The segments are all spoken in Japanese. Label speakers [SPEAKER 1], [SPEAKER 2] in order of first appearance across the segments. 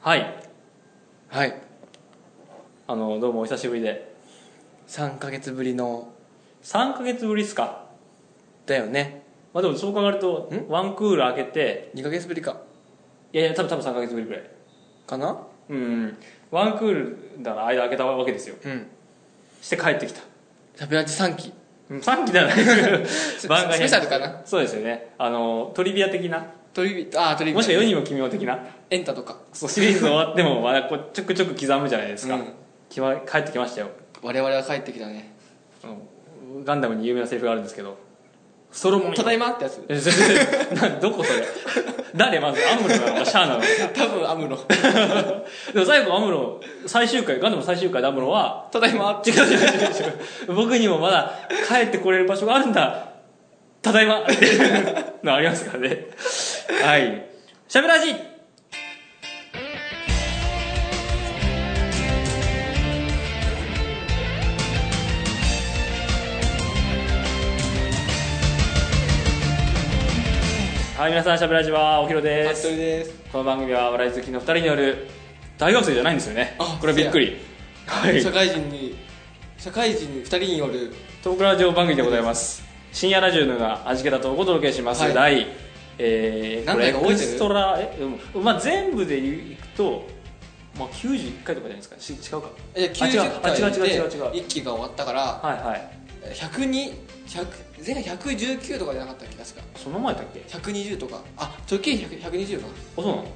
[SPEAKER 1] はい
[SPEAKER 2] はい
[SPEAKER 1] あのどうもお久しぶりで
[SPEAKER 2] 3ヶ月ぶりの
[SPEAKER 1] 3ヶ月ぶりっすか
[SPEAKER 2] だよね
[SPEAKER 1] まあでもそう考えるとワンクール開けて
[SPEAKER 2] 2ヶ月ぶりか
[SPEAKER 1] いやいや多分多分3ヶ月ぶりぐらい
[SPEAKER 2] かな
[SPEAKER 1] うんワンクールだから間開けたわけですよ
[SPEAKER 2] うん
[SPEAKER 1] して帰ってきた
[SPEAKER 2] 食べ味3期
[SPEAKER 1] うん3期ではない
[SPEAKER 2] ス
[SPEAKER 1] 番外編
[SPEAKER 2] スペシャルかな
[SPEAKER 1] そうですよねあのトリビア的な
[SPEAKER 2] トリビあートリビ
[SPEAKER 1] もしくは世にも奇妙的な
[SPEAKER 2] エンタとか
[SPEAKER 1] そうシリーズ終わってもまだこうちょくちょく刻むじゃないですか、
[SPEAKER 2] うん
[SPEAKER 1] きま帰ってきましたよ
[SPEAKER 2] 我々は帰ってきたね
[SPEAKER 1] あのガンダムに有名なセリフがあるんですけどソ ロモン
[SPEAKER 2] ただいまってやつ
[SPEAKER 1] えそれなどこそれ誰まずアムロなのかシャアなのか
[SPEAKER 2] 多分アムロ
[SPEAKER 1] でも最後アムロ最終回ガンダム最終回でアムロは
[SPEAKER 2] ただいま
[SPEAKER 1] 違う違う違う違う僕にもまだ帰ってこれる場所があるんだただいまのありますからねはいしゃべらじはい皆さんしゃべらじはおひろで
[SPEAKER 2] 服
[SPEAKER 1] す
[SPEAKER 2] 部です
[SPEAKER 1] この番組は笑い好きの2人による大学生じゃないんですよね
[SPEAKER 2] あ
[SPEAKER 1] これびっくりはい
[SPEAKER 2] 社会人に社会人に2人による
[SPEAKER 1] トークラジオ番組でございます深夜ラジオのような味気だとお届けします、
[SPEAKER 2] はい
[SPEAKER 1] 第、えー、
[SPEAKER 2] 何回か覚えてる
[SPEAKER 1] これエクストラえ、うんまあ、全部で言ういくと、まあ、91回とかじゃないですかし違うか
[SPEAKER 2] いや
[SPEAKER 1] あ違う
[SPEAKER 2] 90回
[SPEAKER 1] あ違う違う違う違う
[SPEAKER 2] で1期が終わったから
[SPEAKER 1] はいはい
[SPEAKER 2] 102100前回119とかじゃなかったっけ確か
[SPEAKER 1] その前だっけ
[SPEAKER 2] 120とかあ直近100 120か
[SPEAKER 1] あそうなの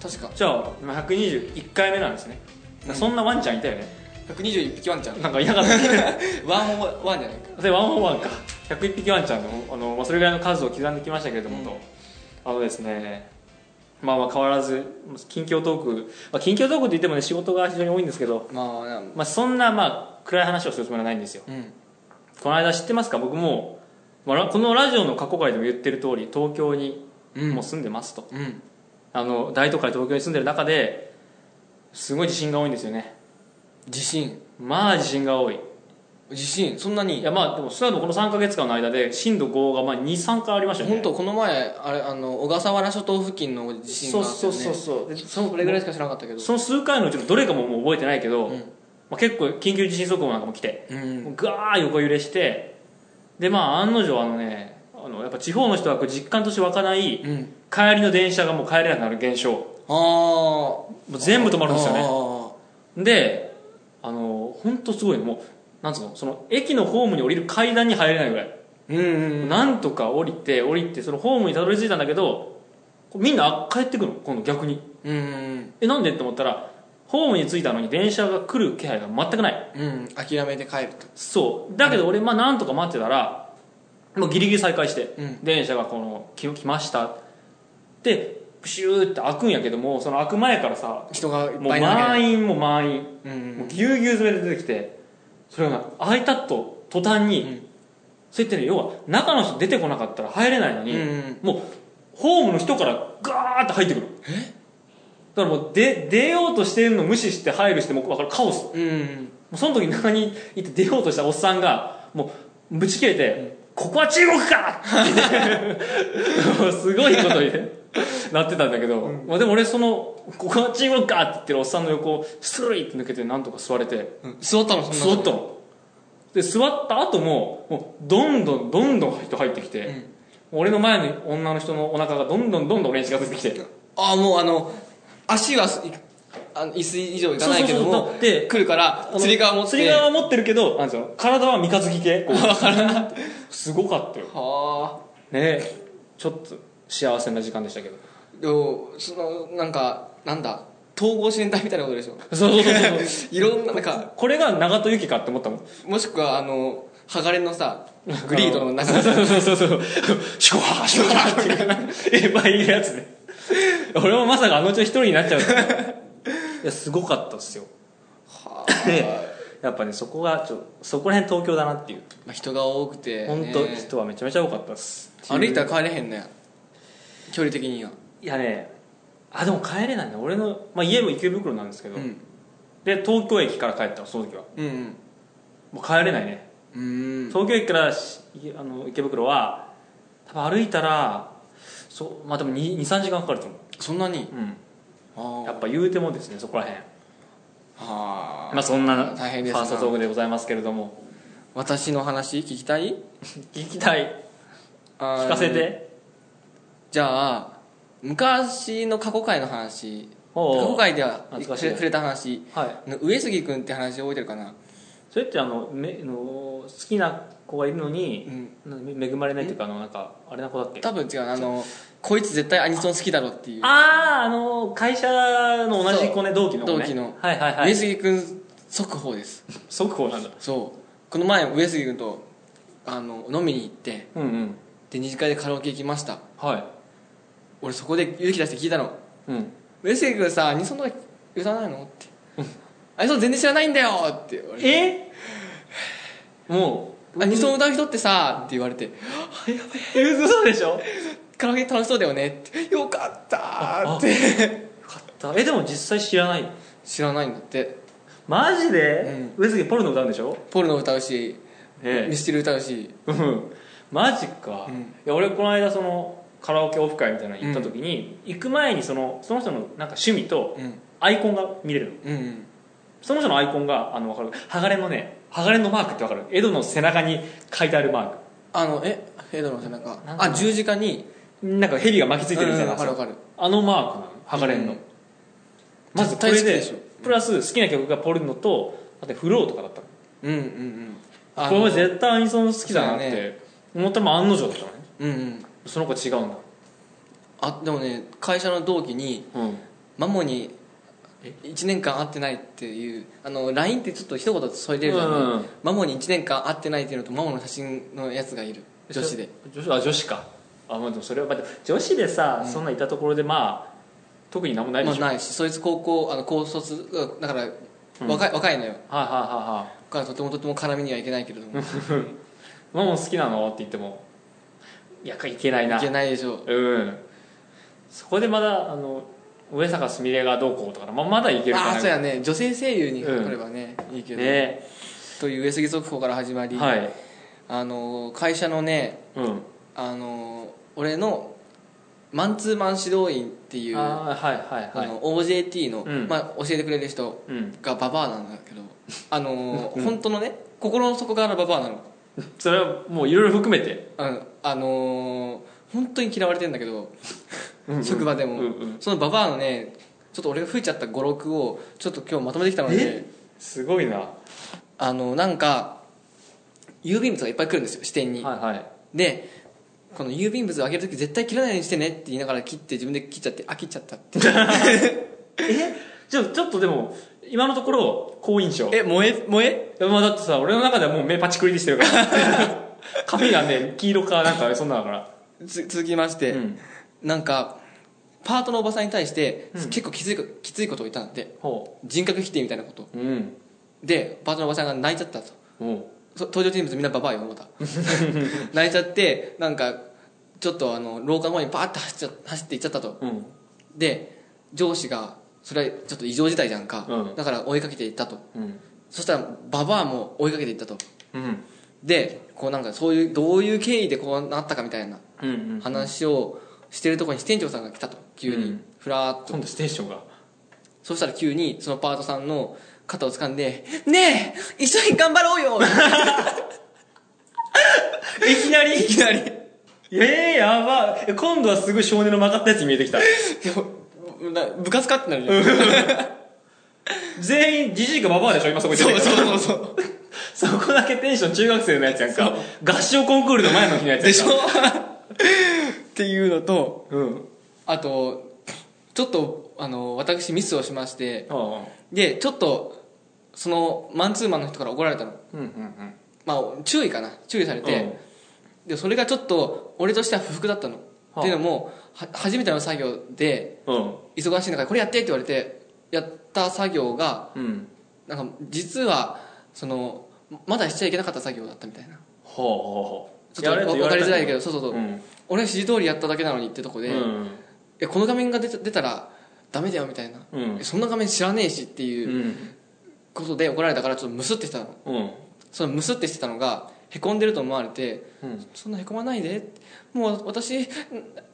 [SPEAKER 2] 確か
[SPEAKER 1] じゃあ今121回目なんですね、
[SPEAKER 2] うん
[SPEAKER 1] そんなワンちゃんいたよね
[SPEAKER 2] 121匹ワンちゃん
[SPEAKER 1] なんか嫌がったね
[SPEAKER 2] ワンオンワンじゃないか
[SPEAKER 1] でワンオンワンか101匹ワンちゃんのあの、まあ、それぐらいの数を刻んできましたけれどもと、
[SPEAKER 2] うん
[SPEAKER 1] あのですねまあまあ変わらず近況トーク、まあ、近況トークって言ってもね仕事が非常に多いんですけど
[SPEAKER 2] まあな
[SPEAKER 1] まあ、そんなまあ暗い話をするつもりはないんですよ
[SPEAKER 2] うん
[SPEAKER 1] この間知ってますか僕もう、まあ、ラこのラジオの過去回でも言ってる通り東京に
[SPEAKER 2] うん
[SPEAKER 1] もう住んでますと、
[SPEAKER 2] うん
[SPEAKER 1] あの大都会東京に住んでる中ですごい地震が多いんですよね
[SPEAKER 2] 地震
[SPEAKER 1] まあ地震が多い
[SPEAKER 2] 地震そんないに
[SPEAKER 1] やまあでも少なくともこの3か月間の間で震度5がまあ23回ありましたよね
[SPEAKER 2] 本当この前あれあの小笠原諸島付近の地震が
[SPEAKER 1] そ
[SPEAKER 2] あ
[SPEAKER 1] う
[SPEAKER 2] って、ね、
[SPEAKER 1] そうそうそうで
[SPEAKER 2] そのそれぐらいしか知らなかったけど
[SPEAKER 1] その数回のうちのどれかももう覚えてないけど、
[SPEAKER 2] うん
[SPEAKER 1] まあ、結構緊急地震速報なんかも来て
[SPEAKER 2] うん
[SPEAKER 1] もうガー横揺れしてでまあ案の定あのねあのやっぱ地方の人はこう実感として湧かない
[SPEAKER 2] うん
[SPEAKER 1] 帰りの電車がもう帰れなくなる現象も
[SPEAKER 2] ああ
[SPEAKER 1] う全部止まるんですよね
[SPEAKER 2] よ
[SPEAKER 1] であの本当すごいのもうなんつうのその駅のホームに降りる階段に入れないぐらい、
[SPEAKER 2] ねうんうん
[SPEAKER 1] なんとか降りて降りてそのホームにたどり着いたんだけどこうみんな帰ってくの今度逆に
[SPEAKER 2] うんうん
[SPEAKER 1] えなんでって思ったらホームに着いたのに電車が来る気配が全くない
[SPEAKER 2] うん諦めて帰ると
[SPEAKER 1] そうだけど俺まあなんとか待ってたらもうギリギリ再開して
[SPEAKER 2] うん
[SPEAKER 1] 電車がこの来来ましたでプシューって開くんやけどもその開く前からさ
[SPEAKER 2] 人がいっ
[SPEAKER 1] も
[SPEAKER 2] ぱ
[SPEAKER 1] う
[SPEAKER 2] いなわ
[SPEAKER 1] 満員も満員
[SPEAKER 2] けねうん
[SPEAKER 1] もうぎゅうぎゅう詰めで出てきてそれがな開いたと途端に、
[SPEAKER 2] うん
[SPEAKER 1] そうやってね要は中の人出てこなかったら入れないの
[SPEAKER 2] うんう
[SPEAKER 1] に、
[SPEAKER 2] ん
[SPEAKER 1] ホームの人からガーッて入ってくるだからもうで出ようとしてるの無視して入るしてもう分かるカオスも
[SPEAKER 2] うん
[SPEAKER 1] うその時中にいて出ようとしたおっさんがもうぶち切れて、ここは中国か!」 ってもうすごいことに ねなってたんだけど、まあ、でも俺その「ここは中国か!」って言ってるおっさんの横をスルイって抜けてなんとか座れて
[SPEAKER 2] うん座ったのそんな
[SPEAKER 1] 座ったので座った後ももうどんどんどんどん人入ってきて、
[SPEAKER 2] うん
[SPEAKER 1] 俺の前の女の人のお腹がどんどんどんどん俺に近づいてきて
[SPEAKER 2] ああもうあの足はすいあの椅子以上いかないけど
[SPEAKER 1] そうそう
[SPEAKER 2] も
[SPEAKER 1] そうで
[SPEAKER 2] 来るから釣り側持って
[SPEAKER 1] 釣り側は持ってるけどなんつうの体は三日月 系こうすごかったよ
[SPEAKER 2] はあ
[SPEAKER 1] ねちょっと幸せな時間でしたけど
[SPEAKER 2] でもそのなんかなんだ統合支援隊みたいなことでしょ
[SPEAKER 1] そうそうそうそう
[SPEAKER 2] いろんな なんか
[SPEAKER 1] これが長戸由紀かって思ったもん
[SPEAKER 2] もしくはあの剥がれのさグリードの中で
[SPEAKER 1] そうそうそうそうシュワーシュワーって いうえまあいいやつね俺もまさかあのうちの一人になっちゃうとは いやすごかったっすよ
[SPEAKER 2] は
[SPEAKER 1] で
[SPEAKER 2] あ
[SPEAKER 1] やっぱねそこがちょっとそこら辺東京だなっていう
[SPEAKER 2] まあ人が多くて
[SPEAKER 1] 本当、人はめちゃめちゃ多かったっす
[SPEAKER 2] 当歩いたら帰れへんね距離的にはい
[SPEAKER 1] やねあでも帰れないね俺の、まあ、家も池袋なんですけ
[SPEAKER 2] う
[SPEAKER 1] ど、
[SPEAKER 2] ん
[SPEAKER 1] で東京駅から帰ったのその時は
[SPEAKER 2] うん
[SPEAKER 1] もう帰れないね、
[SPEAKER 2] うん
[SPEAKER 1] 東京駅からしいあの池袋は多分歩いたらそうまあでも23時間かかると思う
[SPEAKER 2] そんなに
[SPEAKER 1] うん
[SPEAKER 2] あ
[SPEAKER 1] やっぱ言うてもですねそこら辺
[SPEAKER 2] あー
[SPEAKER 1] まあそんな
[SPEAKER 2] 大変ですな
[SPEAKER 1] ファーストトークでございますけれども
[SPEAKER 2] 私の話聞きたい
[SPEAKER 1] 聞きたい
[SPEAKER 2] 聞
[SPEAKER 1] 聞かせて
[SPEAKER 2] じゃあ昔の過去回の話過
[SPEAKER 1] お
[SPEAKER 2] 去
[SPEAKER 1] う
[SPEAKER 2] 回では
[SPEAKER 1] 懐かしい
[SPEAKER 2] 触れ触れた話
[SPEAKER 1] はい
[SPEAKER 2] の上杉君って話覚えてるかな
[SPEAKER 1] それってあのめあの好きな子がいるのに
[SPEAKER 2] うん
[SPEAKER 1] なんかめ恵まれないっていうかあのなんかあれな子だっけ
[SPEAKER 2] 多分違うあのこいつ絶対アニソン好きだろっていう
[SPEAKER 1] あああの会社の同じ子ね同期の子ね
[SPEAKER 2] 同期の
[SPEAKER 1] はいはいは
[SPEAKER 2] 上
[SPEAKER 1] い
[SPEAKER 2] 杉君速報です
[SPEAKER 1] 速報なんだ
[SPEAKER 2] そうこの前上杉君とあの飲みに行って
[SPEAKER 1] うんうん
[SPEAKER 2] で二次会でカラオケ行きました
[SPEAKER 1] は
[SPEAKER 2] 俺そこで勇気出して聞いたの
[SPEAKER 1] いうん
[SPEAKER 2] 上杉君さアニソンの歌わないのってアニソン全然知らないんだよって言われて
[SPEAKER 1] えもう
[SPEAKER 2] アニソン歌う人ってさって言われて
[SPEAKER 1] え嘘でしょよ
[SPEAKER 2] カラオケ楽しそうだよねってよかったーって
[SPEAKER 1] かったえでも実際知らない
[SPEAKER 2] 知らないんだって
[SPEAKER 1] マジで、上杉ポルノ歌うんでしょ
[SPEAKER 2] ポルノ歌うし、
[SPEAKER 1] え
[SPEAKER 2] ミスチル歌うし
[SPEAKER 1] えうんマジか、
[SPEAKER 2] うん
[SPEAKER 1] いや俺この間そのカラオケオフ会みたいなの行った時に、行く前にそのその人のなんか趣味と
[SPEAKER 2] うん
[SPEAKER 1] アイコンが見れるの
[SPEAKER 2] うん
[SPEAKER 1] その人のアイコンがあの分かる鋼のね鋼のマークって分かる江戸の背中に書いてあるマーク
[SPEAKER 2] あのえヘドロの背中
[SPEAKER 1] なんか
[SPEAKER 2] あ十字架に
[SPEAKER 1] なんか蛇が巻きついてるみたい
[SPEAKER 2] うん
[SPEAKER 1] な
[SPEAKER 2] わかるわかる
[SPEAKER 1] あのマークなの鋼の、
[SPEAKER 2] うん
[SPEAKER 1] まずこれ
[SPEAKER 2] 絶対
[SPEAKER 1] で
[SPEAKER 2] 好きしょ
[SPEAKER 1] プラス好きな曲がポルノとあとフローとかだったの
[SPEAKER 2] うんうんうんあ
[SPEAKER 1] これ
[SPEAKER 2] の
[SPEAKER 1] は絶対アニソン好きだなっ
[SPEAKER 2] そうだ
[SPEAKER 1] て思ったらまあ案の定だったのね
[SPEAKER 2] うんうん
[SPEAKER 1] その子違うんだ
[SPEAKER 2] あでもね会社の同期に
[SPEAKER 1] うん
[SPEAKER 2] マモに1年間会ってないっていうあの LINE ってちょっと一言添えてるじゃん、
[SPEAKER 1] うんうん
[SPEAKER 2] マモに1年間会ってないっていうのとマモの写真のやつがいる女子で
[SPEAKER 1] 女子あ女子かあまあでもそれはまあでも女子でさ、そんないたところでまあ特になんもないで
[SPEAKER 2] まあ
[SPEAKER 1] しょ、
[SPEAKER 2] ないしそいつ高校あの高卒うんだから
[SPEAKER 1] うん
[SPEAKER 2] 若い,、若いのよ
[SPEAKER 1] はいはいはいはい
[SPEAKER 2] だからとてもとても絡みにはいけないけれどもい
[SPEAKER 1] マモン好きなのって言ってもいやいけないな
[SPEAKER 2] けないでしょう
[SPEAKER 1] うんそこでまだあの上坂すみれがどうこうとかなまあまだいけるかな
[SPEAKER 2] ああそうやね女性声優にかかればね、いいけど、
[SPEAKER 1] ね
[SPEAKER 2] という上杉速報から始まり、
[SPEAKER 1] はい
[SPEAKER 2] あの会社のね
[SPEAKER 1] うん
[SPEAKER 2] あの俺のマンツーマン指導員っていうあ
[SPEAKER 1] あーはいはいはい
[SPEAKER 2] の OJT の、
[SPEAKER 1] うん
[SPEAKER 2] まあ、教えてくれる人
[SPEAKER 1] うん
[SPEAKER 2] がババアなんだけどあの、本当のね心の底からババアなの
[SPEAKER 1] それはもういろいろ含めて
[SPEAKER 2] うんあのー本当に嫌われてんだけど職場で
[SPEAKER 1] うん
[SPEAKER 2] も、
[SPEAKER 1] うん
[SPEAKER 2] そのババアのねちょっと俺が吹いちゃった語録をちょっと今日まとめてきたのです
[SPEAKER 1] ごいなは
[SPEAKER 2] あのなんか郵便物がいっぱい来るんですよ支店
[SPEAKER 1] い
[SPEAKER 2] に
[SPEAKER 1] はい
[SPEAKER 2] でこの郵便物を開ける時絶対切らないようにしてねって言いながら切って自分で切っちゃってあ切っちゃったって
[SPEAKER 1] ちょちょっとでも今のところ好印象
[SPEAKER 2] え燃え燃え
[SPEAKER 1] まあだってさ俺の中ではもう目パチクリにしてるから 髪がね黄色かなんかそんなだから
[SPEAKER 2] つ続きまして、
[SPEAKER 1] うん
[SPEAKER 2] なんかパートのおばさんに対して、
[SPEAKER 1] うん
[SPEAKER 2] 結構きついこきついことを言ったんだって
[SPEAKER 1] ほ
[SPEAKER 2] 人格否定みたいなこと
[SPEAKER 1] ううん
[SPEAKER 2] でパートのおばさんが泣いちゃったと
[SPEAKER 1] おう
[SPEAKER 2] そ登場人物みんなババアよ また泣いちゃってなんかちょっとあの廊下の方にバーって走っちゃ走っていっちゃったと
[SPEAKER 1] うん
[SPEAKER 2] で上司がそれはちょっと異常事態じゃんか、
[SPEAKER 1] うん
[SPEAKER 2] だから追いかけていったと
[SPEAKER 1] うん
[SPEAKER 2] そしたらババアも追いかけていったと
[SPEAKER 1] うん
[SPEAKER 2] でこうなんかそういうどういう経緯でこうなったかみたいな
[SPEAKER 1] うんうん
[SPEAKER 2] 話をしてるところに支店長さんが来たと急
[SPEAKER 1] う
[SPEAKER 2] に
[SPEAKER 1] ん
[SPEAKER 2] ふらーっと
[SPEAKER 1] 今度ステーションが
[SPEAKER 2] そしたら急にそのパートさんの肩を掴んで「ねえ一緒に頑張ろうよ!」
[SPEAKER 1] いきなり
[SPEAKER 2] いきなり
[SPEAKER 1] ええやばいえ今度はすごい少年の曲がったやつに見えてきた
[SPEAKER 2] でもな部活かってなるじゃん
[SPEAKER 1] 全員じじいかババアでしょ今そこ行って
[SPEAKER 2] そう
[SPEAKER 1] た
[SPEAKER 2] そうそうそう
[SPEAKER 1] そこだけテンション中学生のやつやんか合唱コンクールの前の日のやつやんか
[SPEAKER 2] でしょっていうのと
[SPEAKER 1] うん
[SPEAKER 2] あとちょっとあの私ミスをしまして
[SPEAKER 1] ああ
[SPEAKER 2] でちょっとそのマンツーマンの人から怒られたの
[SPEAKER 1] うんうんうん
[SPEAKER 2] まあ注意かな注意されて、でそれがちょっと俺としては不服だったの、
[SPEAKER 1] あ
[SPEAKER 2] っていうのもは初めての作業で
[SPEAKER 1] うん
[SPEAKER 2] 忙しい中でこれやってって言われてやった作業が
[SPEAKER 1] うん
[SPEAKER 2] なんか実はそのまだしちゃいけなかった作業だったみたいな
[SPEAKER 1] ほうほうほう
[SPEAKER 2] ちょっと分かりづらいけ
[SPEAKER 1] ど
[SPEAKER 2] どそうそうそう、
[SPEAKER 1] うん
[SPEAKER 2] 俺は指示通りやっただけなのにってとこ
[SPEAKER 1] う
[SPEAKER 2] で、い
[SPEAKER 1] ん
[SPEAKER 2] やこの画面が出た出たらダメだよみたいな、
[SPEAKER 1] うん
[SPEAKER 2] そんな画面知らねえしって
[SPEAKER 1] う
[SPEAKER 2] いうんことで怒られたからちょっとムスってしたの
[SPEAKER 1] うん
[SPEAKER 2] そのムスってしてたのがへこんでると思われて
[SPEAKER 1] うん
[SPEAKER 2] そんなへこまないでもう私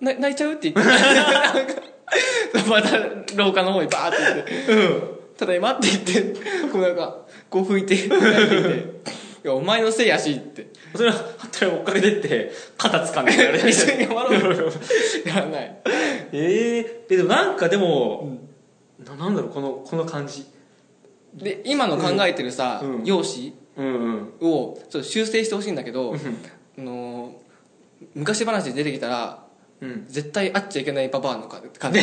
[SPEAKER 2] な泣いちゃうって言って また廊下の方にバーって行って、ただいまって言って、こうなんか、こう吹 いて、こうやっていていや、お前のせいやしって。
[SPEAKER 1] それは服部追っかけてって肩掴んでやる
[SPEAKER 2] 一 緒にやろう。やらない。
[SPEAKER 1] ええでもなんかでも、ななんだろうこのこの感じ
[SPEAKER 2] で、今の考えてるさ
[SPEAKER 1] うん、
[SPEAKER 2] 容姿
[SPEAKER 1] うんうん
[SPEAKER 2] を、ちょっと修正してほしいんだけど、
[SPEAKER 1] うん
[SPEAKER 2] あのー昔話で出てきたら、
[SPEAKER 1] うん
[SPEAKER 2] 絶対会っちゃいけないババアのか感じ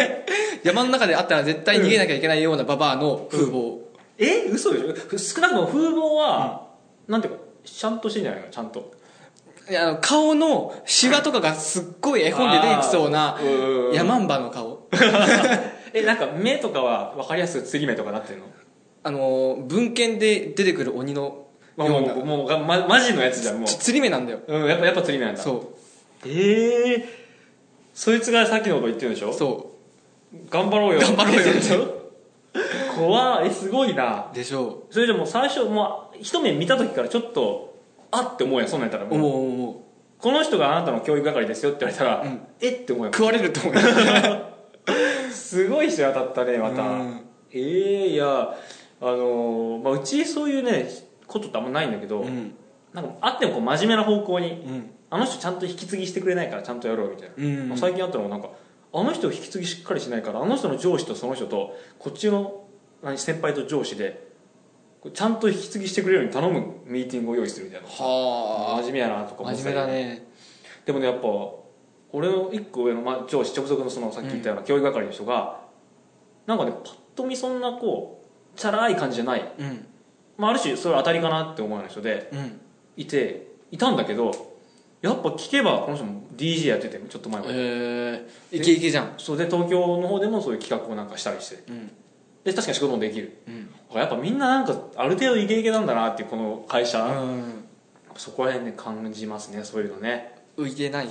[SPEAKER 2] 山の中で会ったら絶対逃げなきゃいけないようなババアの風貌、
[SPEAKER 1] え嘘でしょふ少なくとも風貌は、なんていうかちゃんとしてんじゃないかなちゃんと
[SPEAKER 2] いやあの顔のシワとかがすっごい絵本で出てきそうな
[SPEAKER 1] あーうん
[SPEAKER 2] ヤマンバの顔
[SPEAKER 1] えなんか目とかは分かりやすく釣り目とかなってるの
[SPEAKER 2] あのー文献で出てくる鬼のよう
[SPEAKER 1] まあも
[SPEAKER 2] な
[SPEAKER 1] うもうがま、マジのやつじゃんも
[SPEAKER 2] ち釣り目なんだよ
[SPEAKER 1] う、うん、やっぱやっぱ釣り目なんだ
[SPEAKER 2] そ
[SPEAKER 1] ええそいつがさっきのこと言ってるんでし
[SPEAKER 2] う
[SPEAKER 1] ょ
[SPEAKER 2] そ
[SPEAKER 1] 頑張ろうよ
[SPEAKER 2] 頑張ろうよ
[SPEAKER 1] って言ってるでしょ 怖いえすごいな
[SPEAKER 2] うでしょ
[SPEAKER 1] それじゃもう最初もう一目見た時からちょっとあって思うやんそんなんやったら
[SPEAKER 2] う
[SPEAKER 1] もう
[SPEAKER 2] 思う思う思
[SPEAKER 1] この人があなたの教育係ですよって言われたら、
[SPEAKER 2] うん
[SPEAKER 1] えって思うや
[SPEAKER 2] う食われると思うよ
[SPEAKER 1] んすごい人当たったねまた、
[SPEAKER 2] うん
[SPEAKER 1] ええいやあのーまあ、うちそういうねことってあんまないんだけど、
[SPEAKER 2] うん
[SPEAKER 1] なんかあってもこう真面目な方向に
[SPEAKER 2] うん
[SPEAKER 1] あの人ちゃんと引き継ぎしてくれないからちゃんとやろうみたいな、
[SPEAKER 2] うん
[SPEAKER 1] まあ最近あったのがなんかあの人引き継ぎしっかりしないからあの人の上司とその人とこっちの何先輩と上司でこうちゃんと引き継ぎしてくれるように頼むミーティングを用意するみたいな
[SPEAKER 2] は
[SPEAKER 1] 真面目やなとか
[SPEAKER 2] あ
[SPEAKER 1] 思って
[SPEAKER 2] 真面
[SPEAKER 1] たけど
[SPEAKER 2] 目だね
[SPEAKER 1] でもねやっぱ俺の一個上の、まあ、上司直属のそのさっき言ったような教育係の人が、なんかねパッと見そんなこうチャラい感じじゃない、
[SPEAKER 2] うん
[SPEAKER 1] まあ、ある種それは当たりかなって思うような人で
[SPEAKER 2] うん
[SPEAKER 1] いていたんだけどやっぱ聞けばこの人も DJ やっててちょっと前まで、
[SPEAKER 2] えー、イケイケじゃん
[SPEAKER 1] そうで東京の方でもそういう企画をなんかしたりして
[SPEAKER 2] うん
[SPEAKER 1] で確かに仕事もできる
[SPEAKER 2] うん
[SPEAKER 1] やっぱみんななんかある程度イケイケなんだなっていうこの会社、
[SPEAKER 2] うん
[SPEAKER 1] そこら辺ね感じますねそういうのね
[SPEAKER 2] 浮いてない
[SPEAKER 1] い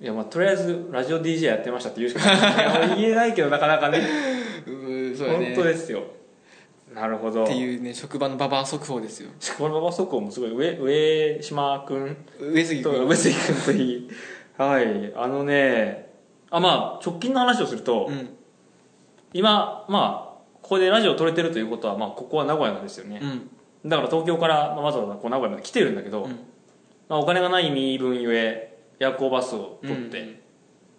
[SPEAKER 1] やまあとりあえずラジオ DJ やってましたって言うしかない いや言えないけどなかなかね
[SPEAKER 2] うんそうだね
[SPEAKER 1] 本当ですよなるほど
[SPEAKER 2] っていうね職場のババア速報ですよ
[SPEAKER 1] しかもこのまま速報もすごい上上島君
[SPEAKER 2] 上杉
[SPEAKER 1] と
[SPEAKER 2] 君
[SPEAKER 1] 上杉君といいはいあのねあまあ直近の話をすると
[SPEAKER 2] うん
[SPEAKER 1] 今まあここでラジオ撮れてるということはまあここは名古屋なんですよね
[SPEAKER 2] うん
[SPEAKER 1] だから東京からまあわざわざこう名古屋まで来てるんだけど、
[SPEAKER 2] うん
[SPEAKER 1] まあ、お金がない身分ゆえ夜行バスを取っ
[SPEAKER 2] う
[SPEAKER 1] て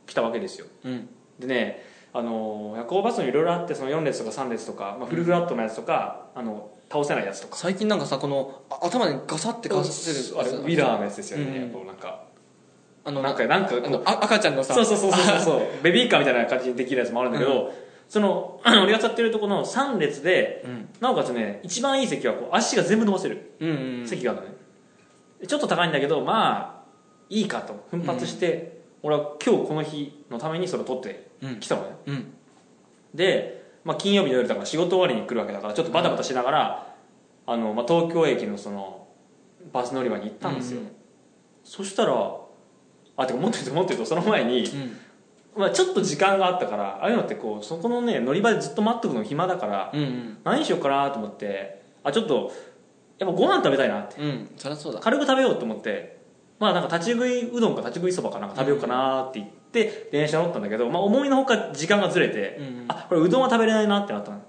[SPEAKER 1] 来たわけですよ
[SPEAKER 2] うん
[SPEAKER 1] でね、あのー夜行バスにいろいろあってその4列とか3列とか、まあ、フルフラットのやつとか、あの倒せないやつとか
[SPEAKER 2] 最近なんかさこのあ頭にガサってかわせる
[SPEAKER 1] あれウィラーのやつですよね、
[SPEAKER 2] うん
[SPEAKER 1] こうなんか
[SPEAKER 2] あの
[SPEAKER 1] なんかなんか
[SPEAKER 2] あ
[SPEAKER 1] こ
[SPEAKER 2] のあ赤ちゃんの
[SPEAKER 1] う
[SPEAKER 2] さ
[SPEAKER 1] そうそうそうそうそうベビーカーみたいな感じにできるやつもあるんだけど、その 俺が座ってるとこの3列で
[SPEAKER 2] うん
[SPEAKER 1] なおかつね一番いい席はこう足が全部伸ばせる
[SPEAKER 2] うんうん
[SPEAKER 1] 席があるのねでちょっと高いんだけどまあいいかと奮発して、俺は今日この日のためにそれを取って
[SPEAKER 2] うん
[SPEAKER 1] きたのね、
[SPEAKER 2] うん
[SPEAKER 1] で、まあ、金曜日の夜だから仕事終わりに来るわけだからちょっとバタバタしながら、あのまあ、東京駅のそのバス乗り場に行ったんですよ、そしたらあてかもっと言うともっと言うとその前に、
[SPEAKER 2] うん
[SPEAKER 1] まあ、ちょっと時間があったからああいうのってこうそこのね乗り場でずっと待っとくの暇だから
[SPEAKER 2] うんうん
[SPEAKER 1] 何しようかなと思ってあちょっとやっぱご飯食べたいなって
[SPEAKER 2] うんそりゃそうだ
[SPEAKER 1] 軽く食べようと思ってまあなんか立ち食いうどんか立ち食いそばかなんか食べようかなって言って電車乗ったんだけど、まあ、思いのほか時間がずれて
[SPEAKER 2] うんうん
[SPEAKER 1] あこれうどんは食べれないなってなったの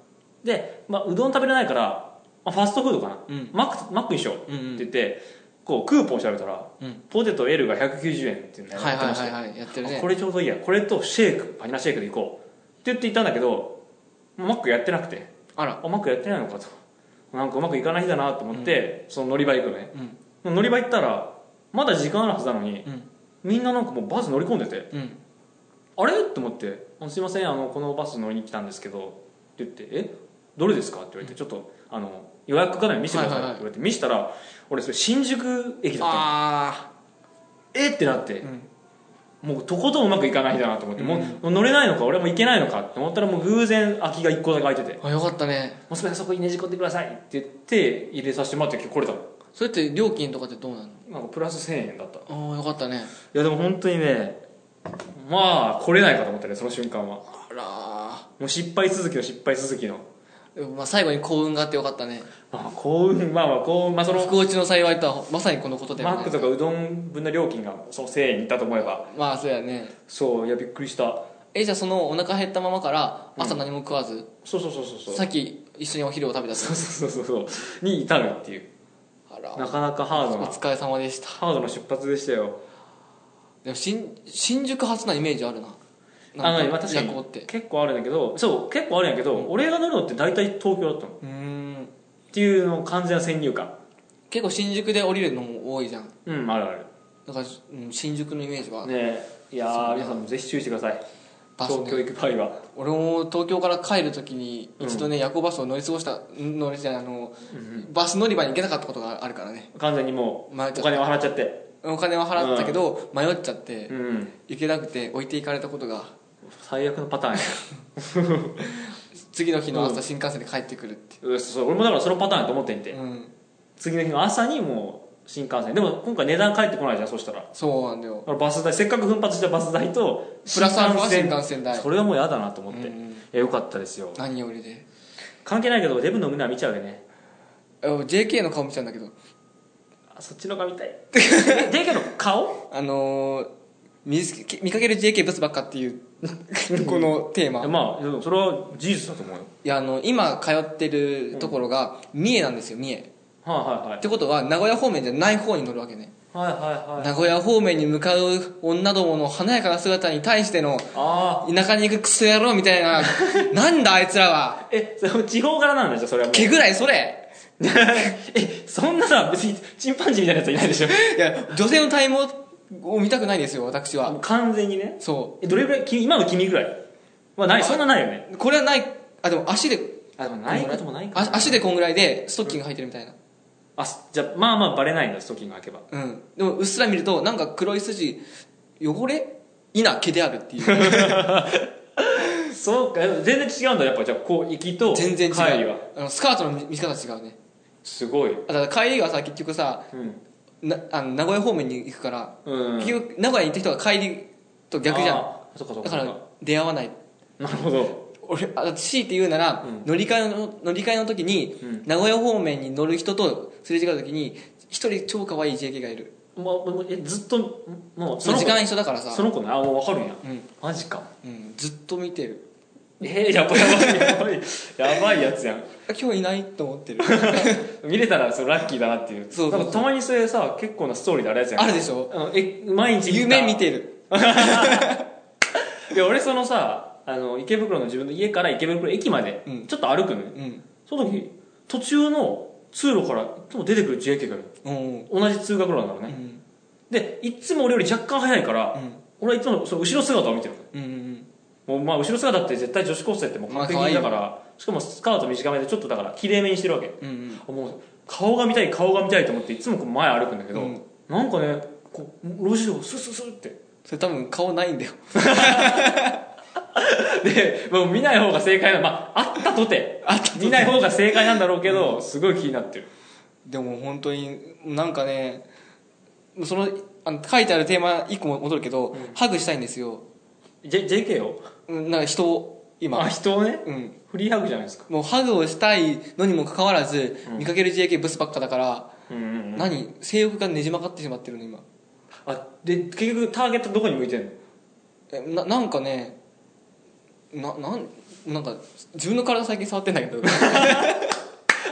[SPEAKER 1] で、まあ、うどん食べれないから、まあ、ファストフードかな、
[SPEAKER 2] うん
[SPEAKER 1] マックマックにしようって
[SPEAKER 2] うんうん
[SPEAKER 1] 言って、こうクーポン調べたら、
[SPEAKER 2] うん
[SPEAKER 1] ポテト L が190円っていうの
[SPEAKER 2] はい
[SPEAKER 1] やって
[SPEAKER 2] はい
[SPEAKER 1] ました
[SPEAKER 2] はいはいやってる
[SPEAKER 1] あ
[SPEAKER 2] ね
[SPEAKER 1] これちょうどいいやこれとシェイクバニラシェイクでいこうって言っていたんだけどもうマックやってなくて
[SPEAKER 2] あら
[SPEAKER 1] あマックやってないのかとなんかうまくいかない日だなと思って、その乗り場行くのね、乗り場行ったらまだ時間あるはずなのに、
[SPEAKER 2] うん
[SPEAKER 1] みんななんかもうバス乗り込んでて
[SPEAKER 2] うん
[SPEAKER 1] あれと思ってあの「すいませんあのこのバス乗りに来たんですけど」って言って「えどれですか?」って言われて「ちょっとあの予約画面見せてください」って
[SPEAKER 2] はいはいはい
[SPEAKER 1] 言われて見せたら俺それ新宿駅だったの
[SPEAKER 2] あ
[SPEAKER 1] えってなって、
[SPEAKER 2] うん
[SPEAKER 1] もうとことんうまくいかないんだなと思って、
[SPEAKER 2] うん
[SPEAKER 1] もうもう乗れないのか俺も行けないのかって思ったらもう偶然空きが1個だけ空いてて
[SPEAKER 2] ーあよかったね
[SPEAKER 1] 「もうすいませんそこにねじ込んでください」って言って入れさせてもらって来れたの
[SPEAKER 2] それって料金とかってどうなの
[SPEAKER 1] なんかプラス1000円だったい
[SPEAKER 2] ああよかったね
[SPEAKER 1] やでも本当にねまあ来れないかと思ったねその瞬間はも
[SPEAKER 2] あら
[SPEAKER 1] う失敗続きの失敗続きの
[SPEAKER 2] ーまあ最後に幸運があってよかったね
[SPEAKER 1] まあ幸運まあまあ幸運まあその
[SPEAKER 2] 福落ちの幸いとはまさにこのことだ
[SPEAKER 1] マ
[SPEAKER 2] よ
[SPEAKER 1] ック
[SPEAKER 2] ね
[SPEAKER 1] とかうどん分の料金がその1000円にいったと思えば
[SPEAKER 2] まあそうやね
[SPEAKER 1] そういやびっくりした
[SPEAKER 2] えじゃあそのお腹減ったままから朝何も食わず、
[SPEAKER 1] そうそうそうそうそう
[SPEAKER 2] さっき一緒にお昼を食べた
[SPEAKER 1] そうそうそうそうそうに至るっていう
[SPEAKER 2] あら
[SPEAKER 1] なかなかハード
[SPEAKER 2] お
[SPEAKER 1] な
[SPEAKER 2] 疲れ様でした
[SPEAKER 1] ハードな出発でしたよ
[SPEAKER 2] でも新新宿発なイメージあるな
[SPEAKER 1] あのねまあ確
[SPEAKER 2] 確か
[SPEAKER 1] か
[SPEAKER 2] に
[SPEAKER 1] に
[SPEAKER 2] 夜行って
[SPEAKER 1] 結構あるんだけどそう結構あるんやけど、俺が乗るのって大体東京だったの
[SPEAKER 2] うーん
[SPEAKER 1] っていうの完全な先入観
[SPEAKER 2] 結構新宿で降りるのも多いじゃん
[SPEAKER 1] うんあるある
[SPEAKER 2] だから、うん、新宿のイメージは、
[SPEAKER 1] ねえいや
[SPEAKER 2] そう
[SPEAKER 1] ー皆さんもぜひ注意してください
[SPEAKER 2] バス
[SPEAKER 1] 東京
[SPEAKER 2] ね
[SPEAKER 1] 行く場合は
[SPEAKER 2] 俺も東京から帰るときに一度ね、夜行バスを乗り過ごした乗りじゃないあの、バス乗り場に行けなかったことがあるからね
[SPEAKER 1] 完全にもう
[SPEAKER 2] 迷っち
[SPEAKER 1] お
[SPEAKER 2] ゃっ
[SPEAKER 1] 金を払っちゃって
[SPEAKER 2] たお金は払ったけど、迷っちゃって
[SPEAKER 1] うん
[SPEAKER 2] 行けなくて置いていかれたことが
[SPEAKER 1] 最悪のパターンや
[SPEAKER 2] 次の日の朝新幹線で帰ってくるって、
[SPEAKER 1] うんそうそう俺もだからそのパターンやと思ってんて
[SPEAKER 2] うん、
[SPEAKER 1] 次の日の朝にもう新幹線でも今回値段返ってこないじゃんそしたら
[SPEAKER 2] そうなんだよ
[SPEAKER 1] だからバス代せっかく奮発したバス代と
[SPEAKER 2] プラスアルファ新幹線代
[SPEAKER 1] それはもう嫌だなと思って、
[SPEAKER 2] う
[SPEAKER 1] い
[SPEAKER 2] ん
[SPEAKER 1] やよかったですよ
[SPEAKER 2] 何よりで
[SPEAKER 1] 関係ないけどデブの胸は見ちゃうよね
[SPEAKER 2] あ JK の顔見ちゃうんだけど
[SPEAKER 1] あそっちのが 見たいでけど顔
[SPEAKER 2] あのー見つけ見かける JK ブスばっかっていう このテーマ
[SPEAKER 1] まあでもそれは事実だと思うよ
[SPEAKER 2] いやあの今通ってるところが三重なんですよ三重
[SPEAKER 1] は
[SPEAKER 2] ってことは名古屋方面じゃない方に乗るわけね
[SPEAKER 1] いはいはいはいはい
[SPEAKER 2] 名古屋方面に向かう女どもの華やかな姿に対しての
[SPEAKER 1] あ
[SPEAKER 2] 田舎に行くクソ野郎みたい ななんだあいつらは
[SPEAKER 1] あえそれ地方からなんだじゃあそれはもう
[SPEAKER 2] 毛ぐらいそれ
[SPEAKER 1] えそんなさ別にチンパンジーみたいなやついないで しょ
[SPEAKER 2] いや女性の体毛を見たくないんですよ私は
[SPEAKER 1] もう完全にね
[SPEAKER 2] そ
[SPEAKER 1] えどれぐらい君今の君ぐらいまあないそんなないよね
[SPEAKER 2] うこれはないあでも足で
[SPEAKER 1] あでも
[SPEAKER 2] あ足でこんぐらいでストッキング履いてるみたいな
[SPEAKER 1] あすじゃあまあまあバレないんだストッキング開けば
[SPEAKER 2] うん、でもうっすら見るとなんか黒い筋汚れいな毛であるっていう
[SPEAKER 1] そうか全然違うんだやっぱじゃあこう行きと
[SPEAKER 2] 全然違
[SPEAKER 1] 帰り
[SPEAKER 2] う
[SPEAKER 1] は
[SPEAKER 2] あのスカートの見方違うね
[SPEAKER 1] すごい
[SPEAKER 2] あだから帰りはさ結局さ
[SPEAKER 1] うん、
[SPEAKER 2] なあの名古屋方面に行くから、
[SPEAKER 1] うん、
[SPEAKER 2] 結局名古屋に行った人が帰りと逆じゃん
[SPEAKER 1] あーそっかそっ
[SPEAKER 2] だ
[SPEAKER 1] か
[SPEAKER 2] か
[SPEAKER 1] そっ
[SPEAKER 2] ら出会わない
[SPEAKER 1] なるほど
[SPEAKER 2] 俺あだって強いて言うなら、
[SPEAKER 1] うん
[SPEAKER 2] 乗り換えの乗り換えの時に、
[SPEAKER 1] うん
[SPEAKER 2] 名古屋方面に乗る人とすれ違う時に一人超可愛い JK がいる
[SPEAKER 1] もうもうえずっとんもう
[SPEAKER 2] そ
[SPEAKER 1] そ
[SPEAKER 2] の
[SPEAKER 1] の
[SPEAKER 2] 時
[SPEAKER 1] 子
[SPEAKER 2] 間一緒だからさ
[SPEAKER 1] その子ねあもう分かるんや
[SPEAKER 2] うん
[SPEAKER 1] マジか
[SPEAKER 2] うん、ずっと見てる
[SPEAKER 1] えー、やばいやばいやばいやつやん
[SPEAKER 2] あ今日いないと思ってる
[SPEAKER 1] 見れたらそのラッキーだなっていう
[SPEAKER 2] そうそうそう
[SPEAKER 1] なんかたまにそれさ結構なストーリーであるやつやん
[SPEAKER 2] あるでしょ
[SPEAKER 1] あのえ毎日
[SPEAKER 2] 夢見
[SPEAKER 1] て
[SPEAKER 2] てる
[SPEAKER 1] いや俺そのさあの池袋の自分の家から池袋駅まで
[SPEAKER 2] うん
[SPEAKER 1] ちょっと歩くのよ、
[SPEAKER 2] うん
[SPEAKER 1] その時途中の通路からいつも出てくる JK がいる
[SPEAKER 2] うん
[SPEAKER 1] 同じ通学路なんだろう
[SPEAKER 2] う
[SPEAKER 1] ね、
[SPEAKER 2] ん
[SPEAKER 1] でいつも俺より若干早いから、
[SPEAKER 2] うん
[SPEAKER 1] 俺はいつもその後ろ姿を見てるの
[SPEAKER 2] うんうん
[SPEAKER 1] もうまあ後ろ姿って絶対女子高生ってもう完
[SPEAKER 2] まあ可愛
[SPEAKER 1] 璧
[SPEAKER 2] い
[SPEAKER 1] だから、しかもスカート短めでちょっとだからきれいめにしてるわけ
[SPEAKER 2] うんうん
[SPEAKER 1] もう顔が見たい顔が見たいと思っていつもこう前歩くんだけど、
[SPEAKER 2] うん
[SPEAKER 1] なんかねこう路地をスースースーって
[SPEAKER 2] それ多分顔ないんだよ
[SPEAKER 1] でもう見ない方が正解なまああったとて
[SPEAKER 2] あった
[SPEAKER 1] 見ない方が正解なんだろうけど、すごい気になってる
[SPEAKER 2] でも本当になんかねそのあの書いてあるテーマ一個戻るけど、ハグしたいんですよ
[SPEAKER 1] J JK を
[SPEAKER 2] うんなんか人を今
[SPEAKER 1] あ人をね
[SPEAKER 2] うん
[SPEAKER 1] フリーハグじゃないですか
[SPEAKER 2] もうハグをしたいのにもかかわらず、見かける JK ブスばっかだから、
[SPEAKER 1] うんうんうん
[SPEAKER 2] 何性欲がねじ曲がってしまってるの今
[SPEAKER 1] あで結局ターゲットどこに向いてんの
[SPEAKER 2] えななんかねななんなんか自分の体最近触ってんだけど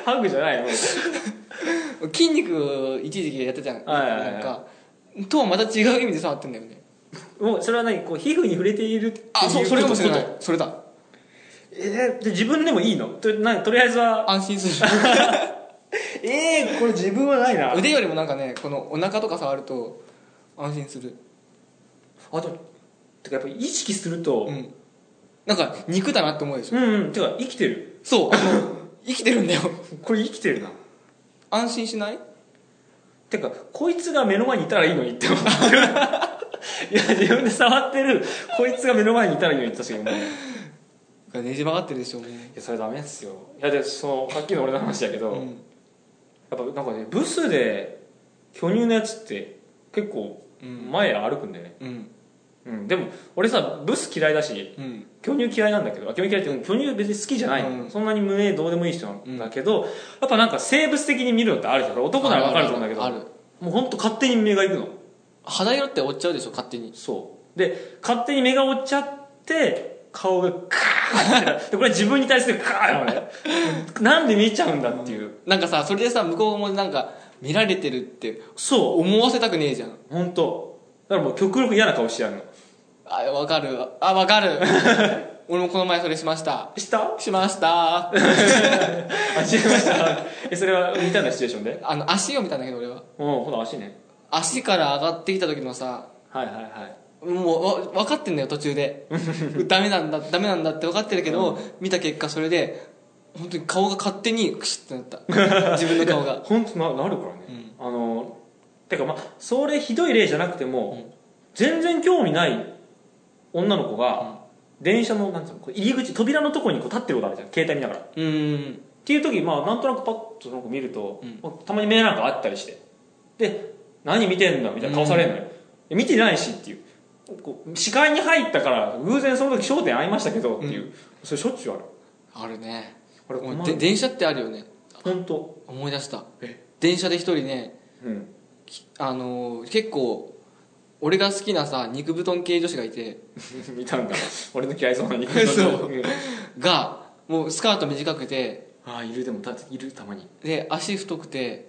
[SPEAKER 1] ハグじゃないの
[SPEAKER 2] 筋肉一時期やってたじゃん、
[SPEAKER 1] はいはいはい
[SPEAKER 2] なんかとはまた違う意味で触ってんだよね
[SPEAKER 1] もうそれは何こう皮膚に触れているっていう
[SPEAKER 2] あそうそれかもしれない
[SPEAKER 1] こと
[SPEAKER 2] それだ
[SPEAKER 1] えー、で自分でもいいのとなとりあえずは
[SPEAKER 2] 安心する
[SPEAKER 1] ええー、これ自分はないな
[SPEAKER 2] 腕よりもなんかねこのお腹とか触ると安心する
[SPEAKER 1] あとてかやっぱ意識すると
[SPEAKER 2] うんなんか肉だなって思うでしょ
[SPEAKER 1] うんうんてか生きてる
[SPEAKER 2] そうあ の生きてるんだよ
[SPEAKER 1] これ生きてるな
[SPEAKER 2] 安心しない
[SPEAKER 1] てかこいつが目の前にいたらいいのにって思ってる いや自分で触ってるこいつが目の前にいたらいいのにって確かに思うい
[SPEAKER 2] ねじ曲がってるでしょもう
[SPEAKER 1] やそれダメですよいやでそのさっきの俺の話だけど、
[SPEAKER 2] う
[SPEAKER 1] やっ
[SPEAKER 2] ん
[SPEAKER 1] ぱなんかねブスで巨乳のやつって結構
[SPEAKER 2] うん
[SPEAKER 1] 前歩くんだよね、
[SPEAKER 2] うん
[SPEAKER 1] うん、でも俺さブス嫌いだし
[SPEAKER 2] うん
[SPEAKER 1] 巨乳嫌いなんだけどあ巨乳嫌いっていうか巨乳別に好きじゃないの、
[SPEAKER 2] うん
[SPEAKER 1] そんなに胸どうでもいい人なんだけど、やっぱなんか生物的に見るのってあるじゃん男なら分かると思うんだけど
[SPEAKER 2] あるある
[SPEAKER 1] もうほんと勝手に目がいくの
[SPEAKER 2] 肌色って追っちゃうでしょ勝手に
[SPEAKER 1] そうで勝手に目が追っちゃっって顔がカーッてでこれは自分に対するカーッなのねなんで見ちゃうんだっていう
[SPEAKER 2] なんかさそれでさ向こうもなんか見られてるって
[SPEAKER 1] そ
[SPEAKER 2] 思わせたくねえじゃん
[SPEAKER 1] う本当だからもう極力嫌な顔してやるの
[SPEAKER 2] あわかるわあわ かる俺もこの前それしました
[SPEAKER 1] した
[SPEAKER 2] しました
[SPEAKER 1] あ違いました えそれは似たようなシチュエーションで
[SPEAKER 2] あの足を見たんだけど俺は
[SPEAKER 1] うんほら足ね
[SPEAKER 2] 足から上がってきた時のさ
[SPEAKER 1] はいはいはい
[SPEAKER 2] もうわ分かってんだよ途 中でダメなんだダメなんだって分かってるけど、見た結果それで本当に顔が勝手にクシュッてなっ た自分の顔が
[SPEAKER 1] 本当ななるからね、あのてかまあそれひどい例じゃなくても、全然興味ない女の子が、電車のなんつうのこう入り口扉のとこにこう立ってることあるじゃん携帯見ながらっ
[SPEAKER 2] うーん
[SPEAKER 1] ていう時まあなんとなくパッとなんか見ると、まあたまに目なんかあったりしてで何見てんだみたいな顔されるのよ、で見てないしっていうこう視界に入ったから偶然その時焦点合いましたけどっていう、それしょっちゅうある
[SPEAKER 2] あるね
[SPEAKER 1] あれ
[SPEAKER 2] もう
[SPEAKER 1] 困
[SPEAKER 2] で
[SPEAKER 1] る
[SPEAKER 2] 電車ってあるよね
[SPEAKER 1] 本当
[SPEAKER 2] 思い出した電車で一人ね、
[SPEAKER 1] うん
[SPEAKER 2] きあのー結構俺が好きなさ肉布団系女子がいて
[SPEAKER 1] 見たんだ俺の嫌いそうな肉
[SPEAKER 2] そ
[SPEAKER 1] うん
[SPEAKER 2] がもうスカート短くて
[SPEAKER 1] ああいるでもたいるたまに
[SPEAKER 2] で足太くて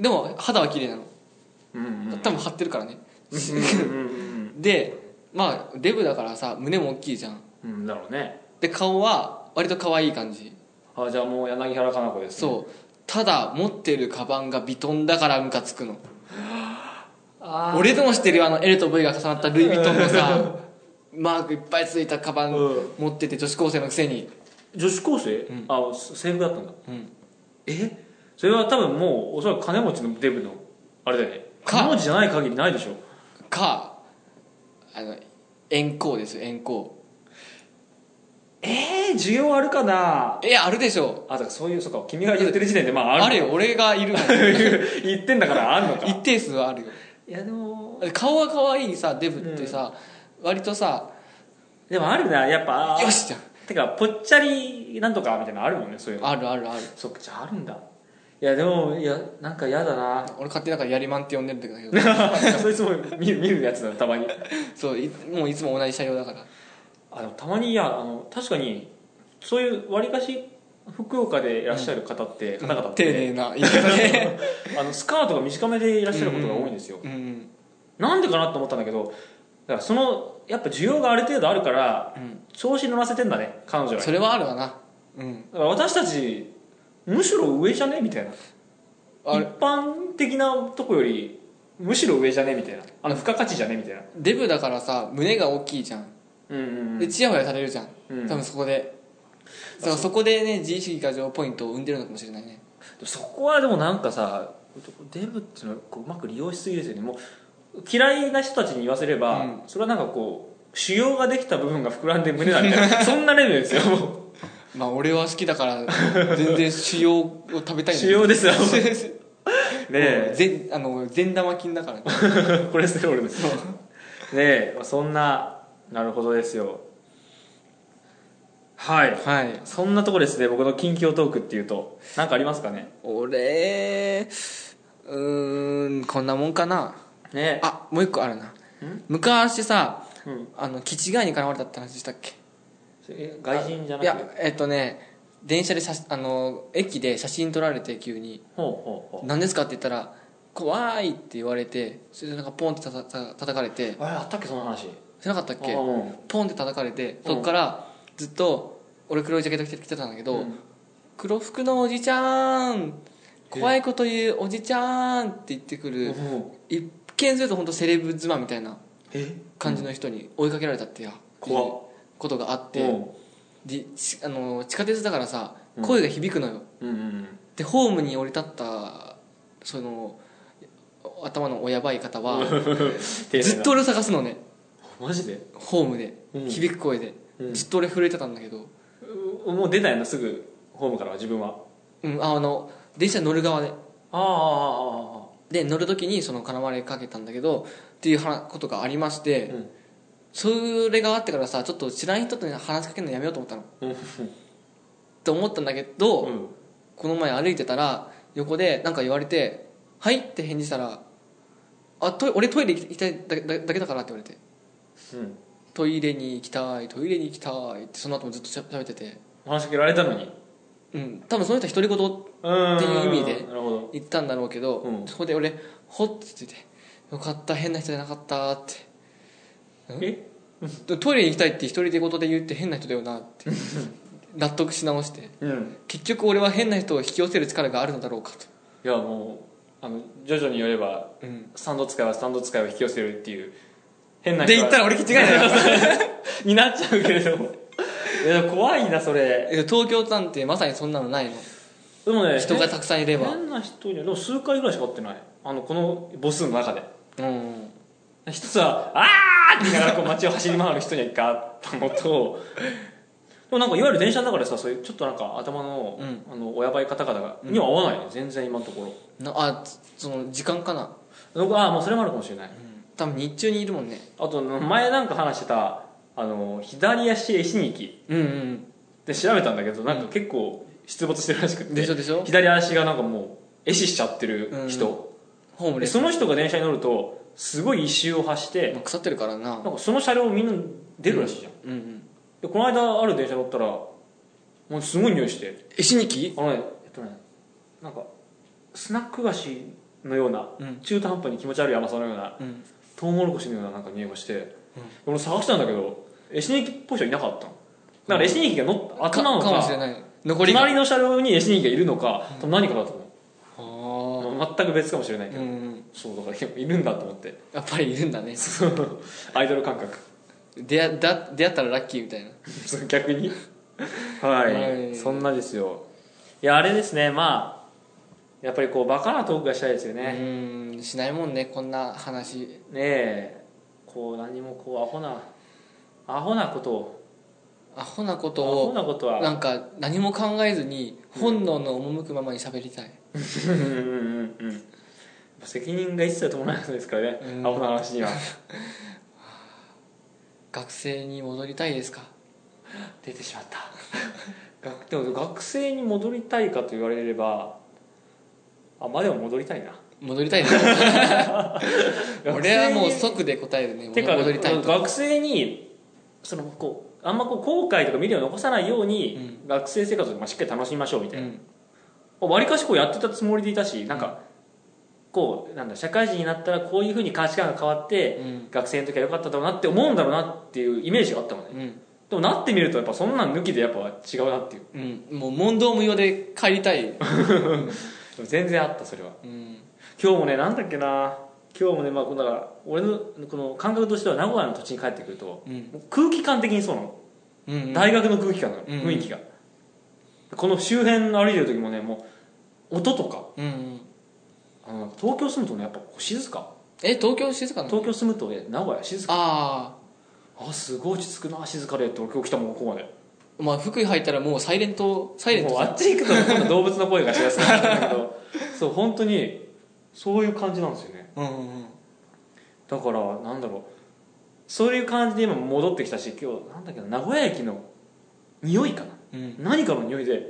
[SPEAKER 2] でも肌は綺麗なの
[SPEAKER 1] うんうん
[SPEAKER 2] 多分張ってるからね
[SPEAKER 1] うん
[SPEAKER 2] でまあデブだからさ胸も大きいじゃん
[SPEAKER 1] うんうんだろうね
[SPEAKER 2] で顔は割と可愛い感じ
[SPEAKER 1] あじゃあもう柳原かな子ですね
[SPEAKER 2] そうただ持ってるカバンがビトンだからムカつくの
[SPEAKER 1] あ
[SPEAKER 2] 俺でも知ってるよあの L と V が重なったルイ・ヴィトンのさマークいっぱいついたカバン
[SPEAKER 1] うん
[SPEAKER 2] 持ってて女子高生のくせに
[SPEAKER 1] 女子高生
[SPEAKER 2] うん
[SPEAKER 1] あせ制服だったんだ
[SPEAKER 2] うん
[SPEAKER 1] えそれは多分もうおそらく金持ちのデブのあれだよね
[SPEAKER 2] か
[SPEAKER 1] 金持ちじゃない限りないでしょ
[SPEAKER 2] かあの遠行ですよ遠行
[SPEAKER 1] ええ需要あるかない
[SPEAKER 2] やあるでしょ
[SPEAKER 1] あだからそういうそうか君が言ってる時点でまあ
[SPEAKER 2] あ
[SPEAKER 1] あ
[SPEAKER 2] る
[SPEAKER 1] る
[SPEAKER 2] よ俺がいるから
[SPEAKER 1] 言ってんだからあるのか
[SPEAKER 2] 一定数はあるよ
[SPEAKER 1] いやでも
[SPEAKER 2] 顔が可愛いさデブってさ、割とさ
[SPEAKER 1] でもあるなやっぱ
[SPEAKER 2] よしじゃん
[SPEAKER 1] てかぽっちゃりなんとかみたいなのあるもんねそういうの
[SPEAKER 2] あるあるある
[SPEAKER 1] そっかじゃああるんだいやでもいやなんか嫌だな
[SPEAKER 2] 俺勝手だからやりまんって呼んでるんだけど
[SPEAKER 1] そいつも見る見るやつだたまに
[SPEAKER 2] そういもういつも同じ車両だから
[SPEAKER 1] あのたまにいやあの確かにそういうわりかし福岡でいらっしゃる方って、方々っ
[SPEAKER 2] 丁
[SPEAKER 1] て、
[SPEAKER 2] 寧な言い方 ね
[SPEAKER 1] あのスカートが短めでいらっしゃることが多いんですよ、
[SPEAKER 2] うん
[SPEAKER 1] なんでかなと思ったんだけどだからそのやっぱ需要がある程度あるから、
[SPEAKER 2] うん
[SPEAKER 1] 調子乗らせてんだね彼女らに
[SPEAKER 2] それはあるわなうん
[SPEAKER 1] だから私たちむしろ上じゃねみたいな
[SPEAKER 2] あ
[SPEAKER 1] 一般的なとこよりむしろ上じゃねみたいなあの付加価値じゃねみたいな
[SPEAKER 2] デブだからさ胸が大きいじゃん
[SPEAKER 1] うんうん
[SPEAKER 2] でチヤホヤされるじゃん、
[SPEAKER 1] うん
[SPEAKER 2] 多分そこでだからそこでね自意識過剰ポイントを生んでるのかもしれないね
[SPEAKER 1] そこはでもなんかさデブっていうのはこううまく利用しすぎですよねもう嫌いな人たちに言わせれば、
[SPEAKER 2] うん
[SPEAKER 1] それはなんかこう腫瘍ができた部分が膨らんで胸だみたい なそんなレベルですよも
[SPEAKER 2] まあ俺は好きだ から全然腫瘍を食べ
[SPEAKER 1] う
[SPEAKER 2] たいんだけ
[SPEAKER 1] 腫
[SPEAKER 2] ど
[SPEAKER 1] 瘍 ですよね
[SPEAKER 2] もう
[SPEAKER 1] え
[SPEAKER 2] 全あの善玉菌だから、ね、
[SPEAKER 1] コレステロールですねえまあそんななるほどですよはい
[SPEAKER 2] はい
[SPEAKER 1] そんなとこですね僕の近況トークっていうと何かありますかね
[SPEAKER 2] 俺うーんこんなもんかな
[SPEAKER 1] ね
[SPEAKER 2] あもう一個あるな昔さ
[SPEAKER 1] え、うん、
[SPEAKER 2] あのキチガイに絡まれたって話したっけ
[SPEAKER 1] え外人じゃ
[SPEAKER 2] い
[SPEAKER 1] なくて
[SPEAKER 2] やえっとね電車で写あの駅で写真撮られて急に
[SPEAKER 1] ほうほう
[SPEAKER 2] 「
[SPEAKER 1] ほ
[SPEAKER 2] 何ですか?」って言ったら「怖い」って言われてそれでなんかポンってたたた叩かれて
[SPEAKER 1] うあれあったっけその話
[SPEAKER 2] じゃなかったっけ
[SPEAKER 1] あうん
[SPEAKER 2] ポンって叩かれて
[SPEAKER 1] ん
[SPEAKER 2] そっからずっと俺黒いジャケット着て着てたんだけど、
[SPEAKER 1] うん
[SPEAKER 2] 黒服のおじちゃん怖いこと言うおじちゃんって言ってくる
[SPEAKER 1] うん
[SPEAKER 2] 一見すると本当セレブ妻みたいな
[SPEAKER 1] え
[SPEAKER 2] 感じの人に追いかけられたってや、
[SPEAKER 1] 怖っ
[SPEAKER 2] いうことがあって、
[SPEAKER 1] うん
[SPEAKER 2] でちあの地下鉄だからさ
[SPEAKER 1] うん
[SPEAKER 2] 声が響くのよ、
[SPEAKER 1] うんうん
[SPEAKER 2] でホームに降り立ったその頭のおやばい方 は
[SPEAKER 1] 丁寧だ
[SPEAKER 2] ずっと俺を探すのね
[SPEAKER 1] マジで
[SPEAKER 2] ホームで、
[SPEAKER 1] うん
[SPEAKER 2] 響く声で、
[SPEAKER 1] うん
[SPEAKER 2] ずっと俺震えてたんだけど、
[SPEAKER 1] うもう出ないのすぐホームからは自分は
[SPEAKER 2] うん、ああの電車乗る側で
[SPEAKER 1] ああああ
[SPEAKER 2] で乗る時にその絡まれかけたんだけどっていう話ことがありまして、
[SPEAKER 1] うん
[SPEAKER 2] それがあってからさちょっと知らん人と話しかけるのやめようと思ったの
[SPEAKER 1] うん
[SPEAKER 2] って思ったんだけど、
[SPEAKER 1] うん
[SPEAKER 2] この前歩いてたら横で何か言われて「はい」って返事したら「あトイ俺トイレ行きたいだけだだけだから」って言われて
[SPEAKER 1] うん
[SPEAKER 2] トイレに行きたいトイレに行きたいってその後もずっとしゃべってて
[SPEAKER 1] 話しかけられたのにって
[SPEAKER 2] うん多分その人は独り言っていう意味で
[SPEAKER 1] なるほど
[SPEAKER 2] 言ったんだろうけど、
[SPEAKER 1] うん
[SPEAKER 2] そこで俺「ほっ」つってて「よかった変な人じゃなかった」って
[SPEAKER 1] え
[SPEAKER 2] トイレに行きたいって一人で事で言うって変な人だよなって納得し直して
[SPEAKER 1] うん
[SPEAKER 2] 結局俺は変な人を引き寄せる力があるのだろうかと、
[SPEAKER 1] いやもうあの徐々によれば
[SPEAKER 2] うん、
[SPEAKER 1] スタンド使いはスタンド使いを引き寄せるっていう変な
[SPEAKER 2] で
[SPEAKER 1] は
[SPEAKER 2] 言ったら俺気違いだ よ
[SPEAKER 1] になっちゃうけれども いやでも怖いなそれ
[SPEAKER 2] え東京なんてまさにそんなのないの
[SPEAKER 1] でもね
[SPEAKER 2] 人がたくさんいれば
[SPEAKER 1] 変な人にはでも数回ぐらいしか会ってないあのこの母数の中で
[SPEAKER 2] うん
[SPEAKER 1] 一つは「あー!」って言いながらこう街を走り回る人には一回会ったのとでもなんかいわゆる電車の中でさそういうちょっとなんか頭の,、
[SPEAKER 2] うん
[SPEAKER 1] あの親ばい方々には合わないね全然今のところ
[SPEAKER 2] なあつその時間かな
[SPEAKER 1] 僕ああもうそれもあるかもしれない
[SPEAKER 2] 多分日中にいるもんね
[SPEAKER 1] あと前なんか話してたあの左足へ死に行き
[SPEAKER 2] うんうん
[SPEAKER 1] で調べたんだけどなんか結構出没してるらしく
[SPEAKER 2] でしてょでしょ
[SPEAKER 1] 左足がなんかもう壊死しちゃってる人、
[SPEAKER 2] ホーム
[SPEAKER 1] で
[SPEAKER 2] レス
[SPEAKER 1] その人が電車に乗るとすごい異臭を発して
[SPEAKER 2] まあ腐ってるからな
[SPEAKER 1] なんかその車両みんな出るらしいじゃん、
[SPEAKER 2] うんうん
[SPEAKER 1] でこの間ある電車乗ったらもうすごい匂いして
[SPEAKER 2] え死にき
[SPEAKER 1] あのねえっとねなんかスナック菓子のような、
[SPEAKER 2] うん
[SPEAKER 1] 中途半端に気持ち悪い甘さのような
[SPEAKER 2] うん
[SPEAKER 1] トウモロコシのようななんか匂いがして、俺探したんだけどエシニキっぽい人いなかったのだからエシニキが乗っ
[SPEAKER 2] か
[SPEAKER 1] 頭なの
[SPEAKER 2] か
[SPEAKER 1] か
[SPEAKER 2] もしれない残りが
[SPEAKER 1] 隣の車両にエシニキがいるのか、多分何かだと思う
[SPEAKER 2] あー
[SPEAKER 1] 全く別かもしれないけ
[SPEAKER 2] う
[SPEAKER 1] ど、
[SPEAKER 2] んうん
[SPEAKER 1] そうだからいるんだと思って
[SPEAKER 2] やっぱりいるんだね
[SPEAKER 1] そうアイドル感覚
[SPEAKER 2] 出会だ出会ったらラッキーみたいな
[SPEAKER 1] そう 逆にはい、
[SPEAKER 2] はい
[SPEAKER 1] そんなですよいやあれですねまあやっぱりこうバカなトークがしたいですよね、
[SPEAKER 2] うーんしないもんねこんな話
[SPEAKER 1] ねえこう何もこうアホなアホなことを
[SPEAKER 2] アホなこ
[SPEAKER 1] ア
[SPEAKER 2] と
[SPEAKER 1] ホ
[SPEAKER 2] を
[SPEAKER 1] なことは
[SPEAKER 2] なんか何も考えずに本能の赴くままに喋りたい、
[SPEAKER 1] うんうんうんうんやっぱ責任が一切伴わないですからね、
[SPEAKER 2] うん
[SPEAKER 1] アホな話には
[SPEAKER 2] 学生に戻りたいですか
[SPEAKER 1] 出てしまった学でも学生に戻りたいかと言われればあまあでも戻りたいな
[SPEAKER 2] 戻りたい です俺はもう即で答えるね
[SPEAKER 1] てか
[SPEAKER 2] 戻りたいと
[SPEAKER 1] 学生にそのこうあんまこう後悔とか未練を残さないように、学生生活をまあしっかり楽しみましょうみたいな
[SPEAKER 2] うん
[SPEAKER 1] わりかしこうやってたつもりでいたしなんかこうなんだ社会人になったらこういうふうに価値観が変わって、
[SPEAKER 2] うん
[SPEAKER 1] 学生の時は良かっただろうなって思うんだろうなっていうイメージがあったのね
[SPEAKER 2] うん、
[SPEAKER 1] でもなってみるとやっぱそんなん抜きでやっぱ違うなっていう
[SPEAKER 2] うん、もう問答無用で帰りたい、
[SPEAKER 1] でも全然あったそれは
[SPEAKER 2] うん、
[SPEAKER 1] 今日もねなんだっけな今日もねまあこのだから俺のこの感覚としては名古屋の土地に帰ってくると、
[SPEAKER 2] うん
[SPEAKER 1] もう空気感的にそうなの、
[SPEAKER 2] うんうん
[SPEAKER 1] 大学の空気感なの、
[SPEAKER 2] うんうん
[SPEAKER 1] 雰囲気がこの周辺歩いてる時もねもう音とか
[SPEAKER 2] うんうん
[SPEAKER 1] あの東京住むとねやっぱこう静か
[SPEAKER 2] え東京静かなの
[SPEAKER 1] 東京住むとね名古屋静か
[SPEAKER 2] あ
[SPEAKER 1] あすごい落ち着くな静かでって俺今日来たもんここまで
[SPEAKER 2] あまあ福井入ったらもうサイレントサイレン
[SPEAKER 1] もう
[SPEAKER 2] ト
[SPEAKER 1] あっち行くと今度動物の声がしやすくなるんだけ どそう本当にそういう感じなんですよね
[SPEAKER 2] うんうんうん
[SPEAKER 1] だからなんだろうそういう感じで今戻ってきたし今日なんだっけな名古屋駅の匂いかな、
[SPEAKER 2] うん
[SPEAKER 1] 何かの匂いで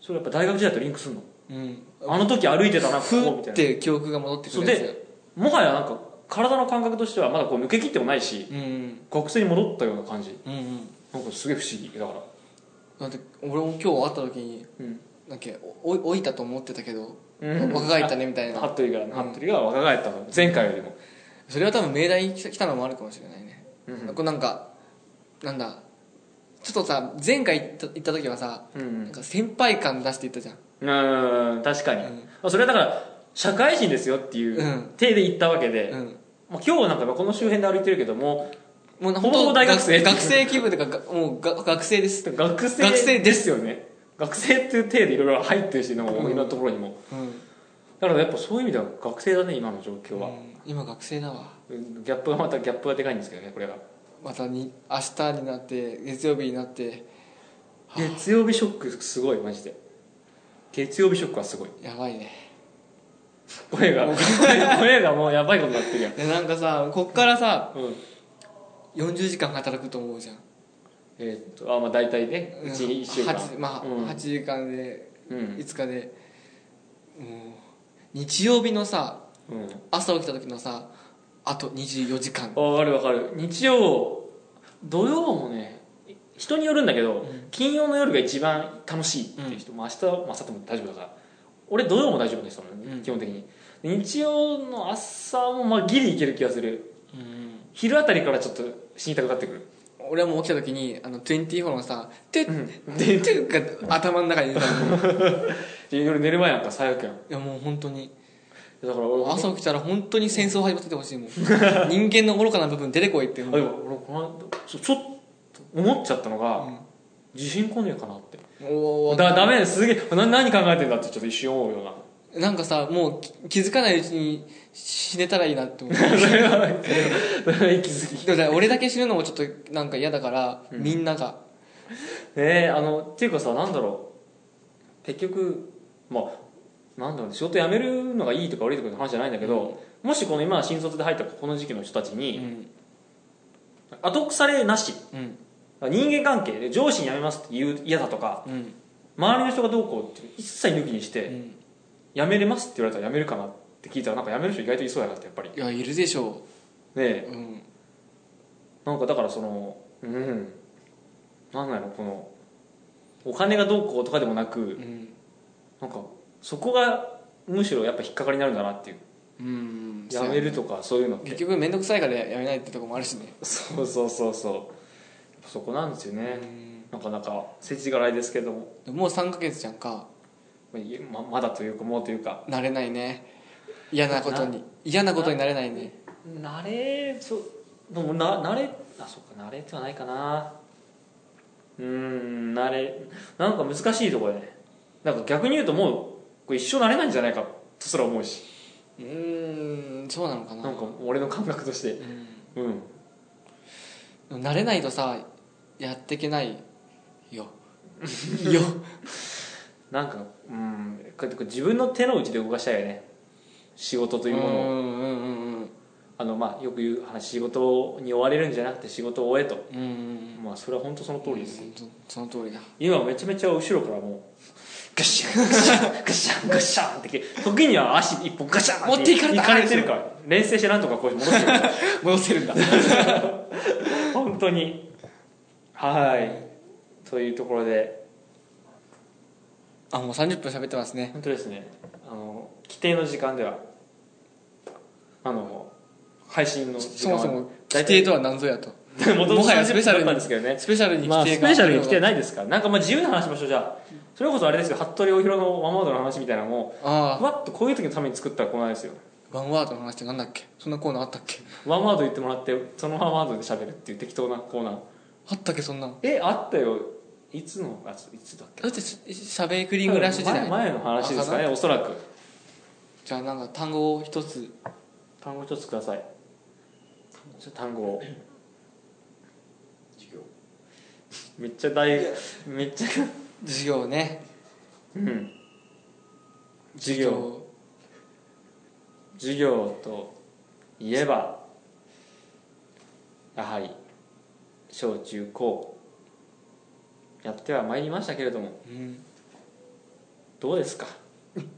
[SPEAKER 1] それやっぱ大学時代とリンクするの
[SPEAKER 2] うん
[SPEAKER 1] あの時歩いてたなここみ
[SPEAKER 2] ふ
[SPEAKER 1] た
[SPEAKER 2] っ
[SPEAKER 1] いな
[SPEAKER 2] て記憶が戻ってくるやつ
[SPEAKER 1] もはやなんか体の感覚としてはまだこう抜け切ってもないし
[SPEAKER 2] うん
[SPEAKER 1] 学生に戻ったような感じ
[SPEAKER 2] うんうん
[SPEAKER 1] なんかすげえ不思議だから
[SPEAKER 2] だって俺も今日会った時に、
[SPEAKER 1] うん
[SPEAKER 2] なんかお老いたと思ってたけど、
[SPEAKER 1] うん
[SPEAKER 2] 若返ったねみたいな
[SPEAKER 1] 服部が服部が若返ったの前回よりも
[SPEAKER 2] それは多分命題に来たのもあるかもしれないね、
[SPEAKER 1] うん
[SPEAKER 2] こうなんかなんだちょっとさ前回行った行った時はさ、
[SPEAKER 1] う
[SPEAKER 2] なん
[SPEAKER 1] ん
[SPEAKER 2] か先輩感出して言ったじゃん
[SPEAKER 1] うん確かに、
[SPEAKER 2] うん
[SPEAKER 1] まあそれはだから社会人ですよっていううん体で言ったわけで、
[SPEAKER 2] うん
[SPEAKER 1] まあ、今日はなんかこの周辺で歩いてるけども
[SPEAKER 2] もうな
[SPEAKER 1] ほぼほぼ大学生
[SPEAKER 2] 学生気分とかがもうが学生です、
[SPEAKER 1] 学生
[SPEAKER 2] 学生
[SPEAKER 1] ですよね学生っていう体でいろいろ入ってるしなんかいろんなところにも、
[SPEAKER 2] うん
[SPEAKER 1] だからやっぱそういう意味では学生だね今の状況
[SPEAKER 2] う
[SPEAKER 1] は、
[SPEAKER 2] ん今学生だわ
[SPEAKER 1] ギャップがまたギャップがでかいんですけどねこれが
[SPEAKER 2] またに明日になって月曜日になって
[SPEAKER 1] 月曜日ショックすごいマジで月曜日ショックはすごい
[SPEAKER 2] やばいね
[SPEAKER 1] 声が 声がもうやばいことになってるやん、
[SPEAKER 2] でなんかさこっからさ
[SPEAKER 1] うん
[SPEAKER 2] 40時間働くと思うじゃん
[SPEAKER 1] えーっとあまあ大体ねうち1週間
[SPEAKER 2] 8まあ、
[SPEAKER 1] うん
[SPEAKER 2] 8時間で
[SPEAKER 1] うん、
[SPEAKER 2] 5日で、もう日曜日のさ
[SPEAKER 1] うん、
[SPEAKER 2] 朝起きた時のさあと24時間
[SPEAKER 1] あ分かる分かる日曜土曜もね人によるんだけど、
[SPEAKER 2] うん
[SPEAKER 1] 金曜の夜が一番楽しいっていう人、まあ明日も明後日も大丈夫だから俺土曜も大丈夫です、その
[SPEAKER 2] うん
[SPEAKER 1] 基本的に日曜の朝もまあギリいける気がする
[SPEAKER 2] うん
[SPEAKER 1] 昼あたりからちょっと死にたくなってくる
[SPEAKER 2] 俺はもう起きた時にあの24のさ「てっ
[SPEAKER 1] うん
[SPEAKER 2] てっ」てが頭の中にいたのい
[SPEAKER 1] で夜寝る前なんか最悪やん
[SPEAKER 2] やもう本当に
[SPEAKER 1] だから俺
[SPEAKER 2] 朝起きたら本当に戦争始まっててほしいもん 人間の愚かな部分出てこいって
[SPEAKER 1] あでも俺この間ちょちょっと思っちゃったのが、
[SPEAKER 2] うん
[SPEAKER 1] 地震来ねえかなって
[SPEAKER 2] おー
[SPEAKER 1] だダメですすげえな何考えてんだってちょっと一瞬思うような
[SPEAKER 2] なんかさもう気気づかないうちに死ねたらいいなって思う
[SPEAKER 1] 息づき
[SPEAKER 2] でもさ俺だけ死ぬのもちょっとなんか嫌だから、みんなが
[SPEAKER 1] ねえあのっていうかさなんだろう結局まあなんだろうね仕事辞めるのがいいとか悪いとかの話じゃないんだけど、もしこの今新卒で入ったこの時期の人たち
[SPEAKER 2] う
[SPEAKER 1] に
[SPEAKER 2] ん
[SPEAKER 1] 後腐れなし
[SPEAKER 2] うん
[SPEAKER 1] 人間関係で上司に辞めますって言う嫌だとか
[SPEAKER 2] うん
[SPEAKER 1] 周りの人がどうこうって一切抜きにし
[SPEAKER 2] う
[SPEAKER 1] て
[SPEAKER 2] ん
[SPEAKER 1] 辞めれますって言われたら辞めるかなって聞いたらなんか辞める人意外といそうやなってやっぱりね
[SPEAKER 2] いやいるでしょう、
[SPEAKER 1] え
[SPEAKER 2] うん、
[SPEAKER 1] なんかだからそのうんなんなのこのお金がどうこうとかでもなく
[SPEAKER 2] うん
[SPEAKER 1] なんかそこがむしろやっぱ引っかかりになるんだなっていう
[SPEAKER 2] うん
[SPEAKER 1] やめるとかそういうのって
[SPEAKER 2] 結局面倒くさいからやめないってとこもあるしね
[SPEAKER 1] そうそうそうそうやっぱそこなんですよねなかなか世知辛いですけども
[SPEAKER 2] うんもう3ヶ月じゃんか
[SPEAKER 1] いえままだというかもうというか
[SPEAKER 2] 慣れないね嫌なことに嫌なことになれないね
[SPEAKER 1] 慣れそうでもな慣れあそっか慣れてはないかなうーん慣れなんか難しいところねなんか逆に言うともうこれ一生慣れないんじゃないかとすら思うし
[SPEAKER 2] うーんそうなのかな
[SPEAKER 1] なんか俺の感覚として
[SPEAKER 2] うん
[SPEAKER 1] うん
[SPEAKER 2] でも慣れないとさやっていけない よよ
[SPEAKER 1] なんかうんこうやってこう自分の手の内で動かしたいよね仕事というものを
[SPEAKER 2] うんうんうん
[SPEAKER 1] あのまあよく言う話仕事に追われるんじゃなくて仕事を終えと
[SPEAKER 2] うんうんうん
[SPEAKER 1] まあそれは本当その通りです、
[SPEAKER 2] うんその通りだ
[SPEAKER 1] 今めちゃめちゃ後ろからもうガシ ャンガシャンガシャンガシャンって時には足一本ガシャン
[SPEAKER 2] 持っていかれた
[SPEAKER 1] 行かれてるから連戦してなんとかこう戻してくる
[SPEAKER 2] 戻せるんだ
[SPEAKER 1] 本当にはいというところで
[SPEAKER 2] あもう30分喋ってますね
[SPEAKER 1] 本当ですねあの規定の時間ではあの配信の時
[SPEAKER 2] そ
[SPEAKER 1] 間
[SPEAKER 2] も
[SPEAKER 1] は
[SPEAKER 2] そも
[SPEAKER 1] 大
[SPEAKER 2] 規
[SPEAKER 1] 体
[SPEAKER 2] 定とは何ぞやと
[SPEAKER 1] 元
[SPEAKER 2] も
[SPEAKER 1] 々
[SPEAKER 2] はやス
[SPEAKER 1] 30
[SPEAKER 2] ペ
[SPEAKER 1] 分
[SPEAKER 2] シャ
[SPEAKER 1] だっ
[SPEAKER 2] ルに
[SPEAKER 1] たんですけどね
[SPEAKER 2] スペシャルに
[SPEAKER 1] まあ、
[SPEAKER 2] 規
[SPEAKER 1] ス
[SPEAKER 2] 定が
[SPEAKER 1] ペシャルに来てないですからなんかまあ自由な話しましょうじゃあそれこそあれですよ服部お広のママードの話みたいなのも
[SPEAKER 2] あ
[SPEAKER 1] ふわっとこういう時のために作ったコーナーですよ
[SPEAKER 2] あワンワードの話ってなんだっけそんなコーナーあったっけ
[SPEAKER 1] ワンワード言ってもらってそのワンワードで喋るっていう適当なコーナー
[SPEAKER 2] あったっけそんなの
[SPEAKER 1] えあったよいつのやついつだっけ
[SPEAKER 2] だってししゃべくり暮らし時
[SPEAKER 1] 前
[SPEAKER 2] 代
[SPEAKER 1] 前の話ですかねおそらく
[SPEAKER 2] じゃあなんか単語を一つ
[SPEAKER 1] 単語一つくださいちょ単語をめっちゃ大めっちゃ
[SPEAKER 2] 授業ね
[SPEAKER 1] うん授業授業といえばやはり小中高やってはまいりましたけれども
[SPEAKER 2] うん
[SPEAKER 1] どうですか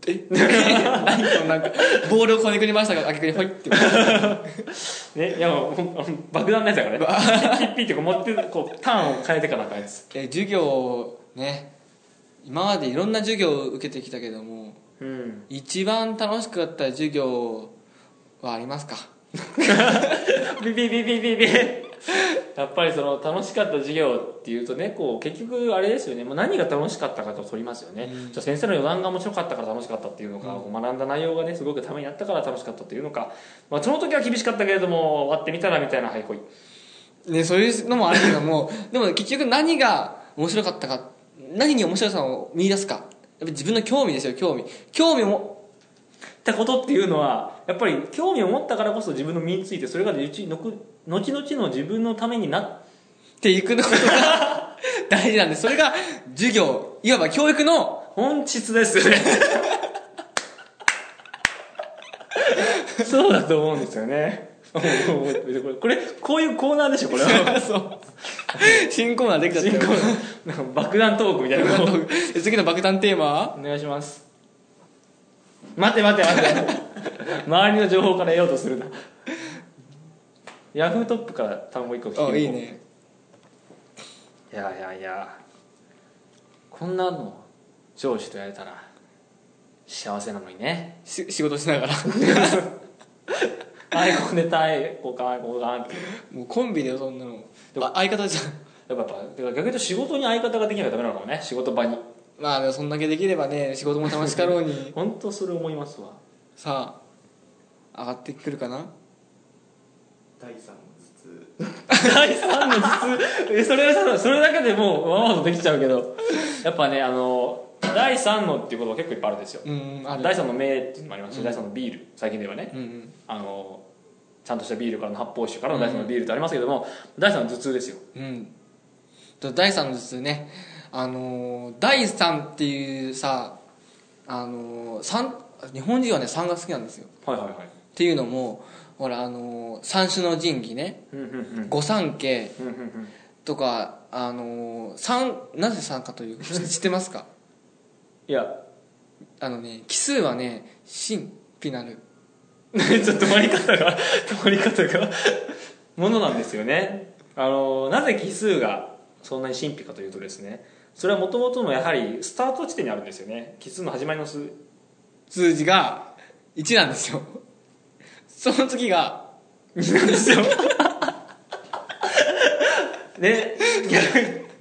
[SPEAKER 2] え何その なんかボールをこねくりましたがあげくりほいって
[SPEAKER 1] ねいやもうほんあの爆弾のやつだから ねピッピッピッってこう持ってこうターンを変えてからかやつ
[SPEAKER 2] え授業ね今までいろんな授業を受けてきたけども
[SPEAKER 1] うん
[SPEAKER 2] 一番楽しかった授業はありますか
[SPEAKER 1] ビビビビビビやっぱりその楽しかった授業っていうとねこう結局あれですよねもう何が楽しかったかと取りますよね、
[SPEAKER 2] うん
[SPEAKER 1] じゃあ先生の余談が面白かったから楽しかったっていうのか、
[SPEAKER 2] う
[SPEAKER 1] 学んだ内容がねすごくためになったから楽しかったっていうのか、まあ、その時は厳しかったけれども終わってみたらみたいなはいこい
[SPEAKER 2] ねそういうのもあるけども でも結局何が面白かったか何に面白さを見出すかやっぱ自分の興味ですよ興味興味も
[SPEAKER 1] ったことっていうのはやっぱり興味を持ったからこそ自分の身についてそれが後々の自分のためになっ
[SPEAKER 2] っていくのことが 大事なんでそれが授業いわば教育の
[SPEAKER 1] 本質 ですよねそうだと思うんですよね これこういうコーナーでしょこれは
[SPEAKER 2] そう新コーナーできちゃった
[SPEAKER 1] 新コ
[SPEAKER 2] よ
[SPEAKER 1] ーナーなんか爆弾トークみたいなの
[SPEAKER 2] え 次の爆弾テーマは
[SPEAKER 1] お願いします待て待て待て 周りの情報から得ようとするなヤフートップから単語一個聞
[SPEAKER 2] あ
[SPEAKER 1] いて
[SPEAKER 2] いいね
[SPEAKER 1] いやいやいやこんなの上司とやれたら幸せなのにね
[SPEAKER 2] し仕事しながら
[SPEAKER 1] あいこ寝たいこうかんこうかんって
[SPEAKER 2] もうコンビだよそんなのあ相方じゃん
[SPEAKER 1] やっぱやっぱてか逆に言うと仕事に相方ができないとダメなのかもね仕事場に
[SPEAKER 2] まあでもそんだけできればね仕事も楽しかろう に
[SPEAKER 1] 本当それ思いますわ
[SPEAKER 2] さあ上がってくるかな
[SPEAKER 3] 第三の頭痛
[SPEAKER 1] 第3の頭痛えそれそれそれだけでもうままとできちゃうけどやっぱねあの第3のっていうことが結構いっぱいあるんですよ
[SPEAKER 2] うんある
[SPEAKER 1] 第3の銘っていうのもありますし、第3のビール最近ではね
[SPEAKER 2] うんうん
[SPEAKER 1] あのちゃんとしたビールからの発泡酒からの第3のビールってありますけども、第3の頭痛ですよ
[SPEAKER 2] うんと第3の頭痛ねあのー第3っていうさあのー三日本人はね3が好きなんですよ
[SPEAKER 1] はいはいはい
[SPEAKER 2] っていうのもほらあのー三種の神器ね
[SPEAKER 1] うんうんうん
[SPEAKER 2] 五三家
[SPEAKER 1] うんうんうん
[SPEAKER 2] とかあのー三なぜ三かという知ってますか
[SPEAKER 1] いや
[SPEAKER 2] あのね奇数はね神秘なる
[SPEAKER 1] ちょっと止まり方が止まり方がものなんですよねあのなぜ奇数がそんなに神秘かというとですねそれはもともとのやはりスタート地点にあるんですよね奇数の始まりの数
[SPEAKER 2] 数字が1なんですよその次が
[SPEAKER 1] なんですよ。 ね、 いや、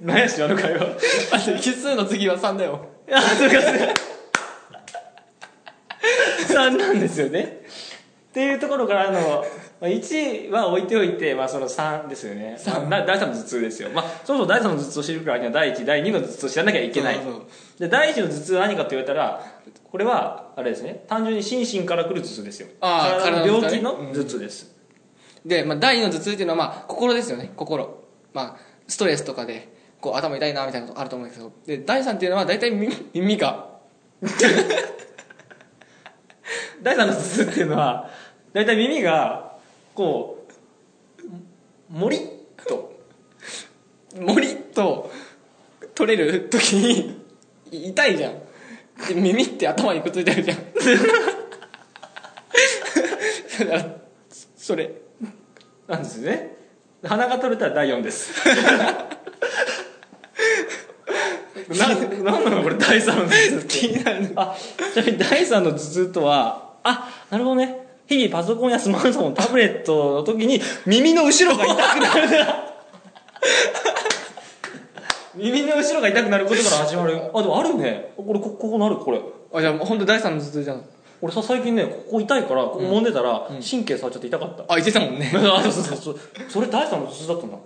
[SPEAKER 1] 何やしあの会話。
[SPEAKER 2] あ奇数の次は3だよ
[SPEAKER 1] あ、そうか、そうか。3なんですよね。っていうところからの、まあ1は置いておいて、まあその3ですよね。
[SPEAKER 2] 三
[SPEAKER 1] まあ第3の頭痛ですよ。まあ、そもそも第3の頭痛を知るからには第1、第2の頭痛を知らなきゃいけない
[SPEAKER 2] そう。そう
[SPEAKER 1] で、第1の頭痛は何かって言われたら、これは、あれですね、単純に心身から来る頭痛ですよ。
[SPEAKER 2] あー
[SPEAKER 1] 体の病気
[SPEAKER 2] 体の疲れ
[SPEAKER 1] の
[SPEAKER 2] ね
[SPEAKER 1] 頭痛です。
[SPEAKER 2] で、まあ、第2の頭痛っていうのは、まあ、心ですよね心、まあ、ストレスとかでこう頭痛いなみたいなことあると思うんですけどで第3っていうのは大体耳耳が
[SPEAKER 1] 第三の頭痛っていうのは大体耳がこうもりっと
[SPEAKER 2] 森と取れる時にい痛いじゃんで耳って頭にくっついてるじゃん だからそそれ
[SPEAKER 1] なんですよね鼻が取れたら第4ですな なんなのこれ第三の頭痛って
[SPEAKER 2] 気になる
[SPEAKER 1] あちなみに第三の頭痛とはあなるほどね日々パソコンやスマートフォンタブレットの 時に耳の後ろが痛くなる耳の後ろが痛くなることから始まるあでもあるねこれこここなるこれ
[SPEAKER 2] あじゃあもう本当第3の頭痛じゃん
[SPEAKER 1] 俺さ最近ねここ痛いからここ揉んでたら神経触っちゃって痛かった、
[SPEAKER 2] あ言ってたも んね
[SPEAKER 1] あそうそうそうそれ大したの頭痛だったんだ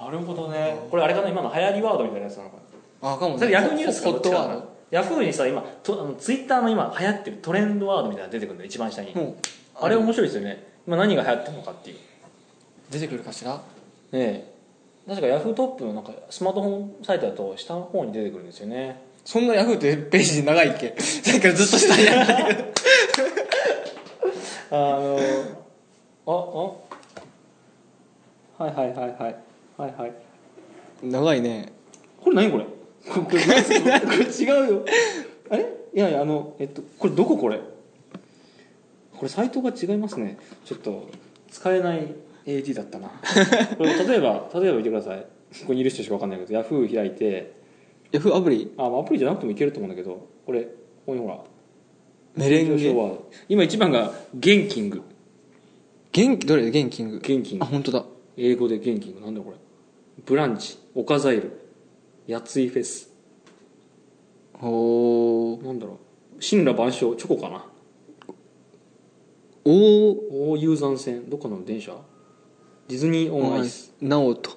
[SPEAKER 1] なるほどねこれあれかな今の流行りワードみたいなやつなのかな
[SPEAKER 2] あかも
[SPEAKER 1] それヤフーニュースか
[SPEAKER 2] ホ
[SPEAKER 1] ど
[SPEAKER 2] ッ
[SPEAKER 1] っち
[SPEAKER 2] ト
[SPEAKER 1] か
[SPEAKER 2] ワ
[SPEAKER 1] な
[SPEAKER 2] ード
[SPEAKER 1] ヤフーにさ今とあのツイッターの今流行ってるトレンドワードみたいなの出てくるんだよ一番下に、
[SPEAKER 2] もう
[SPEAKER 1] あれ面白いですよね今何が流行ってるのかっていうね
[SPEAKER 2] 出てくるかしら
[SPEAKER 1] え確かヤフートップのなんかスマートフォンサイトだと下の方に出てくるんですよね
[SPEAKER 2] そんなヤフーってページ長いっけさっきからずっと下にある
[SPEAKER 1] あのああはいはいはいはいはいはい
[SPEAKER 2] 長いね
[SPEAKER 1] これ何これここれこれ違うよあれいやいやあのえっとこれどここれこれサイトが違いますねちょっと使えない AD だったなこれ例えば例えば見てくださいここにいる人しか分かんないけどヤフー開いて
[SPEAKER 2] ヤフーアプリ
[SPEAKER 1] あまあアプリじゃなくてもいけると思うんだけどこれここにほら
[SPEAKER 2] メレン
[SPEAKER 1] 上昇
[SPEAKER 2] ゲ
[SPEAKER 1] ワード今一番がゲンキング
[SPEAKER 2] 元気どれゲンキング
[SPEAKER 1] ゲンキング
[SPEAKER 2] あ本当だ
[SPEAKER 1] 英語でゲンキングなんだこれブランチオカザイルやついフェス
[SPEAKER 2] おー
[SPEAKER 1] なんだろう神羅万象チョコかな
[SPEAKER 2] おー
[SPEAKER 1] 大遊山線どこの電車ディズニーオンアイス
[SPEAKER 2] なお と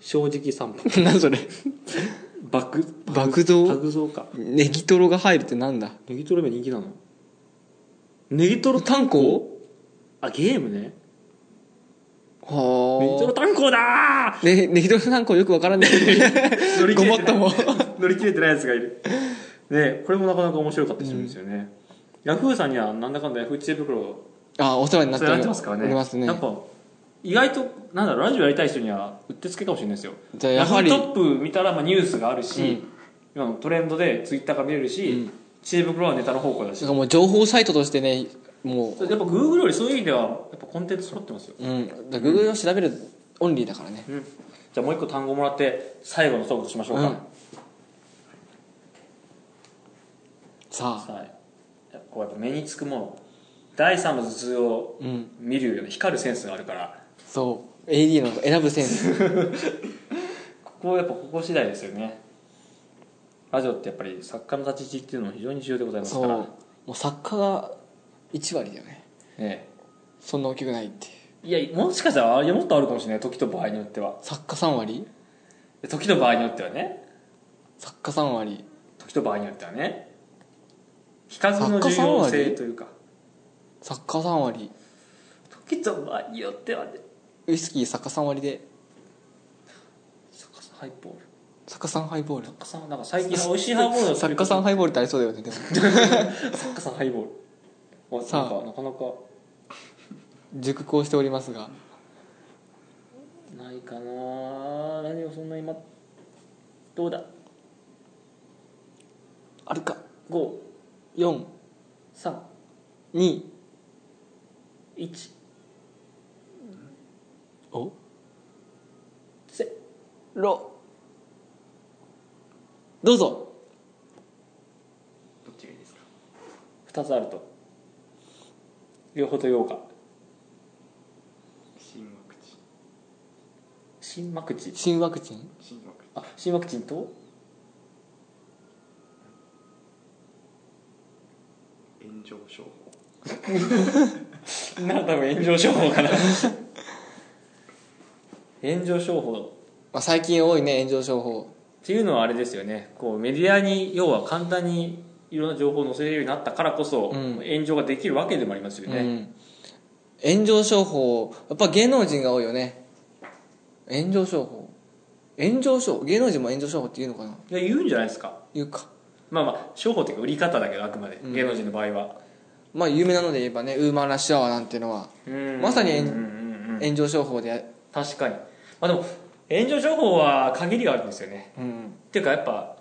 [SPEAKER 1] 正直散歩
[SPEAKER 2] 何それ
[SPEAKER 1] 爆
[SPEAKER 2] 爆
[SPEAKER 1] パ
[SPEAKER 2] 増
[SPEAKER 1] グゾーか
[SPEAKER 2] ネギトロが入るってなんだ
[SPEAKER 1] ネギトロが人気なのネギトロ
[SPEAKER 2] 炭鉱
[SPEAKER 1] あゲームねネギト
[SPEAKER 2] は
[SPEAKER 1] ロ炭鉱だ
[SPEAKER 2] あねネギトロ炭鉱よくわからない
[SPEAKER 1] ー乗
[SPEAKER 2] ごもっとも
[SPEAKER 1] 乗り切れてないやつがいるねこれもなかなか面白かったりするんですよね、ヤフーさんにはなんだかんだヤフー知恵袋
[SPEAKER 2] あお世話にな
[SPEAKER 1] お
[SPEAKER 2] っ
[SPEAKER 1] 世話になっ
[SPEAKER 2] てる
[SPEAKER 1] てますからね
[SPEAKER 2] おりますね
[SPEAKER 1] やっぱ意外となんだろうラジオやりたい人にはうってつけかもしれないですよ
[SPEAKER 2] じゃあやはり
[SPEAKER 1] ヤフートップ見たらまあニュースがあるし、
[SPEAKER 2] うん
[SPEAKER 1] 今のトレンドでツイッターが見れるし、
[SPEAKER 2] うん
[SPEAKER 1] 知恵袋はネタの方向だし
[SPEAKER 2] なん
[SPEAKER 1] や
[SPEAKER 2] かもう情報サイトとしてねも
[SPEAKER 1] っぱ Google よりそういう意味ではやっぱコンテンツ揃ってますよ
[SPEAKER 2] ううんだから Google を調べるオンリーだからね
[SPEAKER 1] うんじゃあもう一個単語もらって最後のトークしましょうか、
[SPEAKER 2] うんさあ
[SPEAKER 1] はい、やっぱこうやっぱ目につくもの第三の頭痛を
[SPEAKER 2] うん
[SPEAKER 1] 見るように光るセンスがあるから
[SPEAKER 2] そう AD の選ぶセンス
[SPEAKER 1] ここはやっぱここ次第ですよねラジオってやっぱり作家の立ち位置っていうのも非常に重要でございます
[SPEAKER 2] そ
[SPEAKER 1] か
[SPEAKER 2] う
[SPEAKER 1] ら
[SPEAKER 2] もう作家が1割だよね
[SPEAKER 1] え
[SPEAKER 2] そんな大きくないっていう
[SPEAKER 1] え、いやもしかしたらいやもっとあるかもしれない時と場合によっては
[SPEAKER 2] 作家3割
[SPEAKER 1] 時と場合によってはね
[SPEAKER 2] 作家3割
[SPEAKER 1] 時と場合によってはね比較の重要性というか
[SPEAKER 2] 作家3割
[SPEAKER 1] 時と場合によってはね
[SPEAKER 2] ウイスキー作家3割で
[SPEAKER 1] 作家さんハイボール
[SPEAKER 2] 作家さんハイボール
[SPEAKER 1] 作家さんはなんか最近美味しいハイボールだ
[SPEAKER 2] 作家さんハイボールってありそうだよねでも
[SPEAKER 1] 作家さんハイボールあ
[SPEAKER 2] さあ
[SPEAKER 1] なんかなかなか
[SPEAKER 2] 熟考しておりますが
[SPEAKER 1] ないかな何をそんな今どうだ
[SPEAKER 2] あるか
[SPEAKER 1] 5
[SPEAKER 2] 4
[SPEAKER 1] 3
[SPEAKER 2] 2
[SPEAKER 1] 1
[SPEAKER 2] お
[SPEAKER 1] せ
[SPEAKER 2] ろどうぞ
[SPEAKER 3] どっちがいいですか
[SPEAKER 1] 2つあると両方と言おうか
[SPEAKER 3] 新ワクチン
[SPEAKER 1] 新ワクチン
[SPEAKER 2] 新ワクチン
[SPEAKER 3] 新ワクチ
[SPEAKER 1] あ新ワクチンと
[SPEAKER 3] ン炎上商法
[SPEAKER 1] なん か多分炎上商法か な炎上商法
[SPEAKER 2] まあ、最近多いね炎上商法
[SPEAKER 1] っていうのはあれですよねこうメディアに要は簡単にいろんな情報を載せれるようになったからこそ、
[SPEAKER 2] うん
[SPEAKER 1] 炎上ができるわけでもありますよね、
[SPEAKER 2] うん、炎上商法やっぱ芸能人が多いよね炎上商法炎上商法芸能人も炎上商法って言うのかない
[SPEAKER 1] や言うんじゃないですか
[SPEAKER 2] 言うか
[SPEAKER 1] まあまあ商法っていうか売り方だけどあくまで、
[SPEAKER 2] うん
[SPEAKER 1] 芸能人の場合は、
[SPEAKER 2] まあ有名なので言えばねウーマンラッシュアワーなんていうのは
[SPEAKER 1] うん
[SPEAKER 2] まさに
[SPEAKER 1] うんうんうんうん
[SPEAKER 2] 炎上商法でや
[SPEAKER 1] 確かにまあでも炎上情報は限りがあるんですよね
[SPEAKER 2] うん
[SPEAKER 1] っていうかやっぱ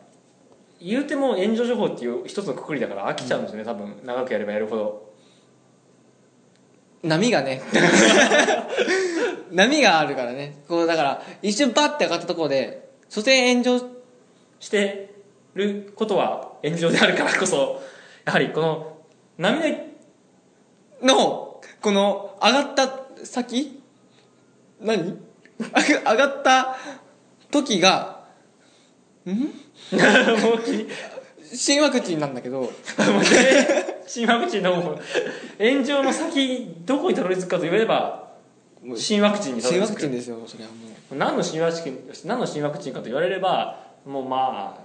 [SPEAKER 1] 言うても炎上情報っていう一つのくくりだから飽きちゃうんですよね、多分長くやればやるほど
[SPEAKER 2] 波がね 波があるからねこうだから一瞬バッて上がったところで所詮炎上
[SPEAKER 1] してることは炎上であるからこそやはりこの波の
[SPEAKER 2] のこの上がった先何 上がった時が
[SPEAKER 1] もう 気に
[SPEAKER 2] 新ワクチンなんだけど
[SPEAKER 1] もうね新ワクチンのもう炎上の先どこにたどり着くかと言えば新ワクチンにたど
[SPEAKER 2] 新
[SPEAKER 1] り
[SPEAKER 2] ワ
[SPEAKER 1] 着
[SPEAKER 2] ク
[SPEAKER 1] く
[SPEAKER 2] チンですよそれはもう
[SPEAKER 1] 何の新ワクチン何の新ワクチンかと言われればもうま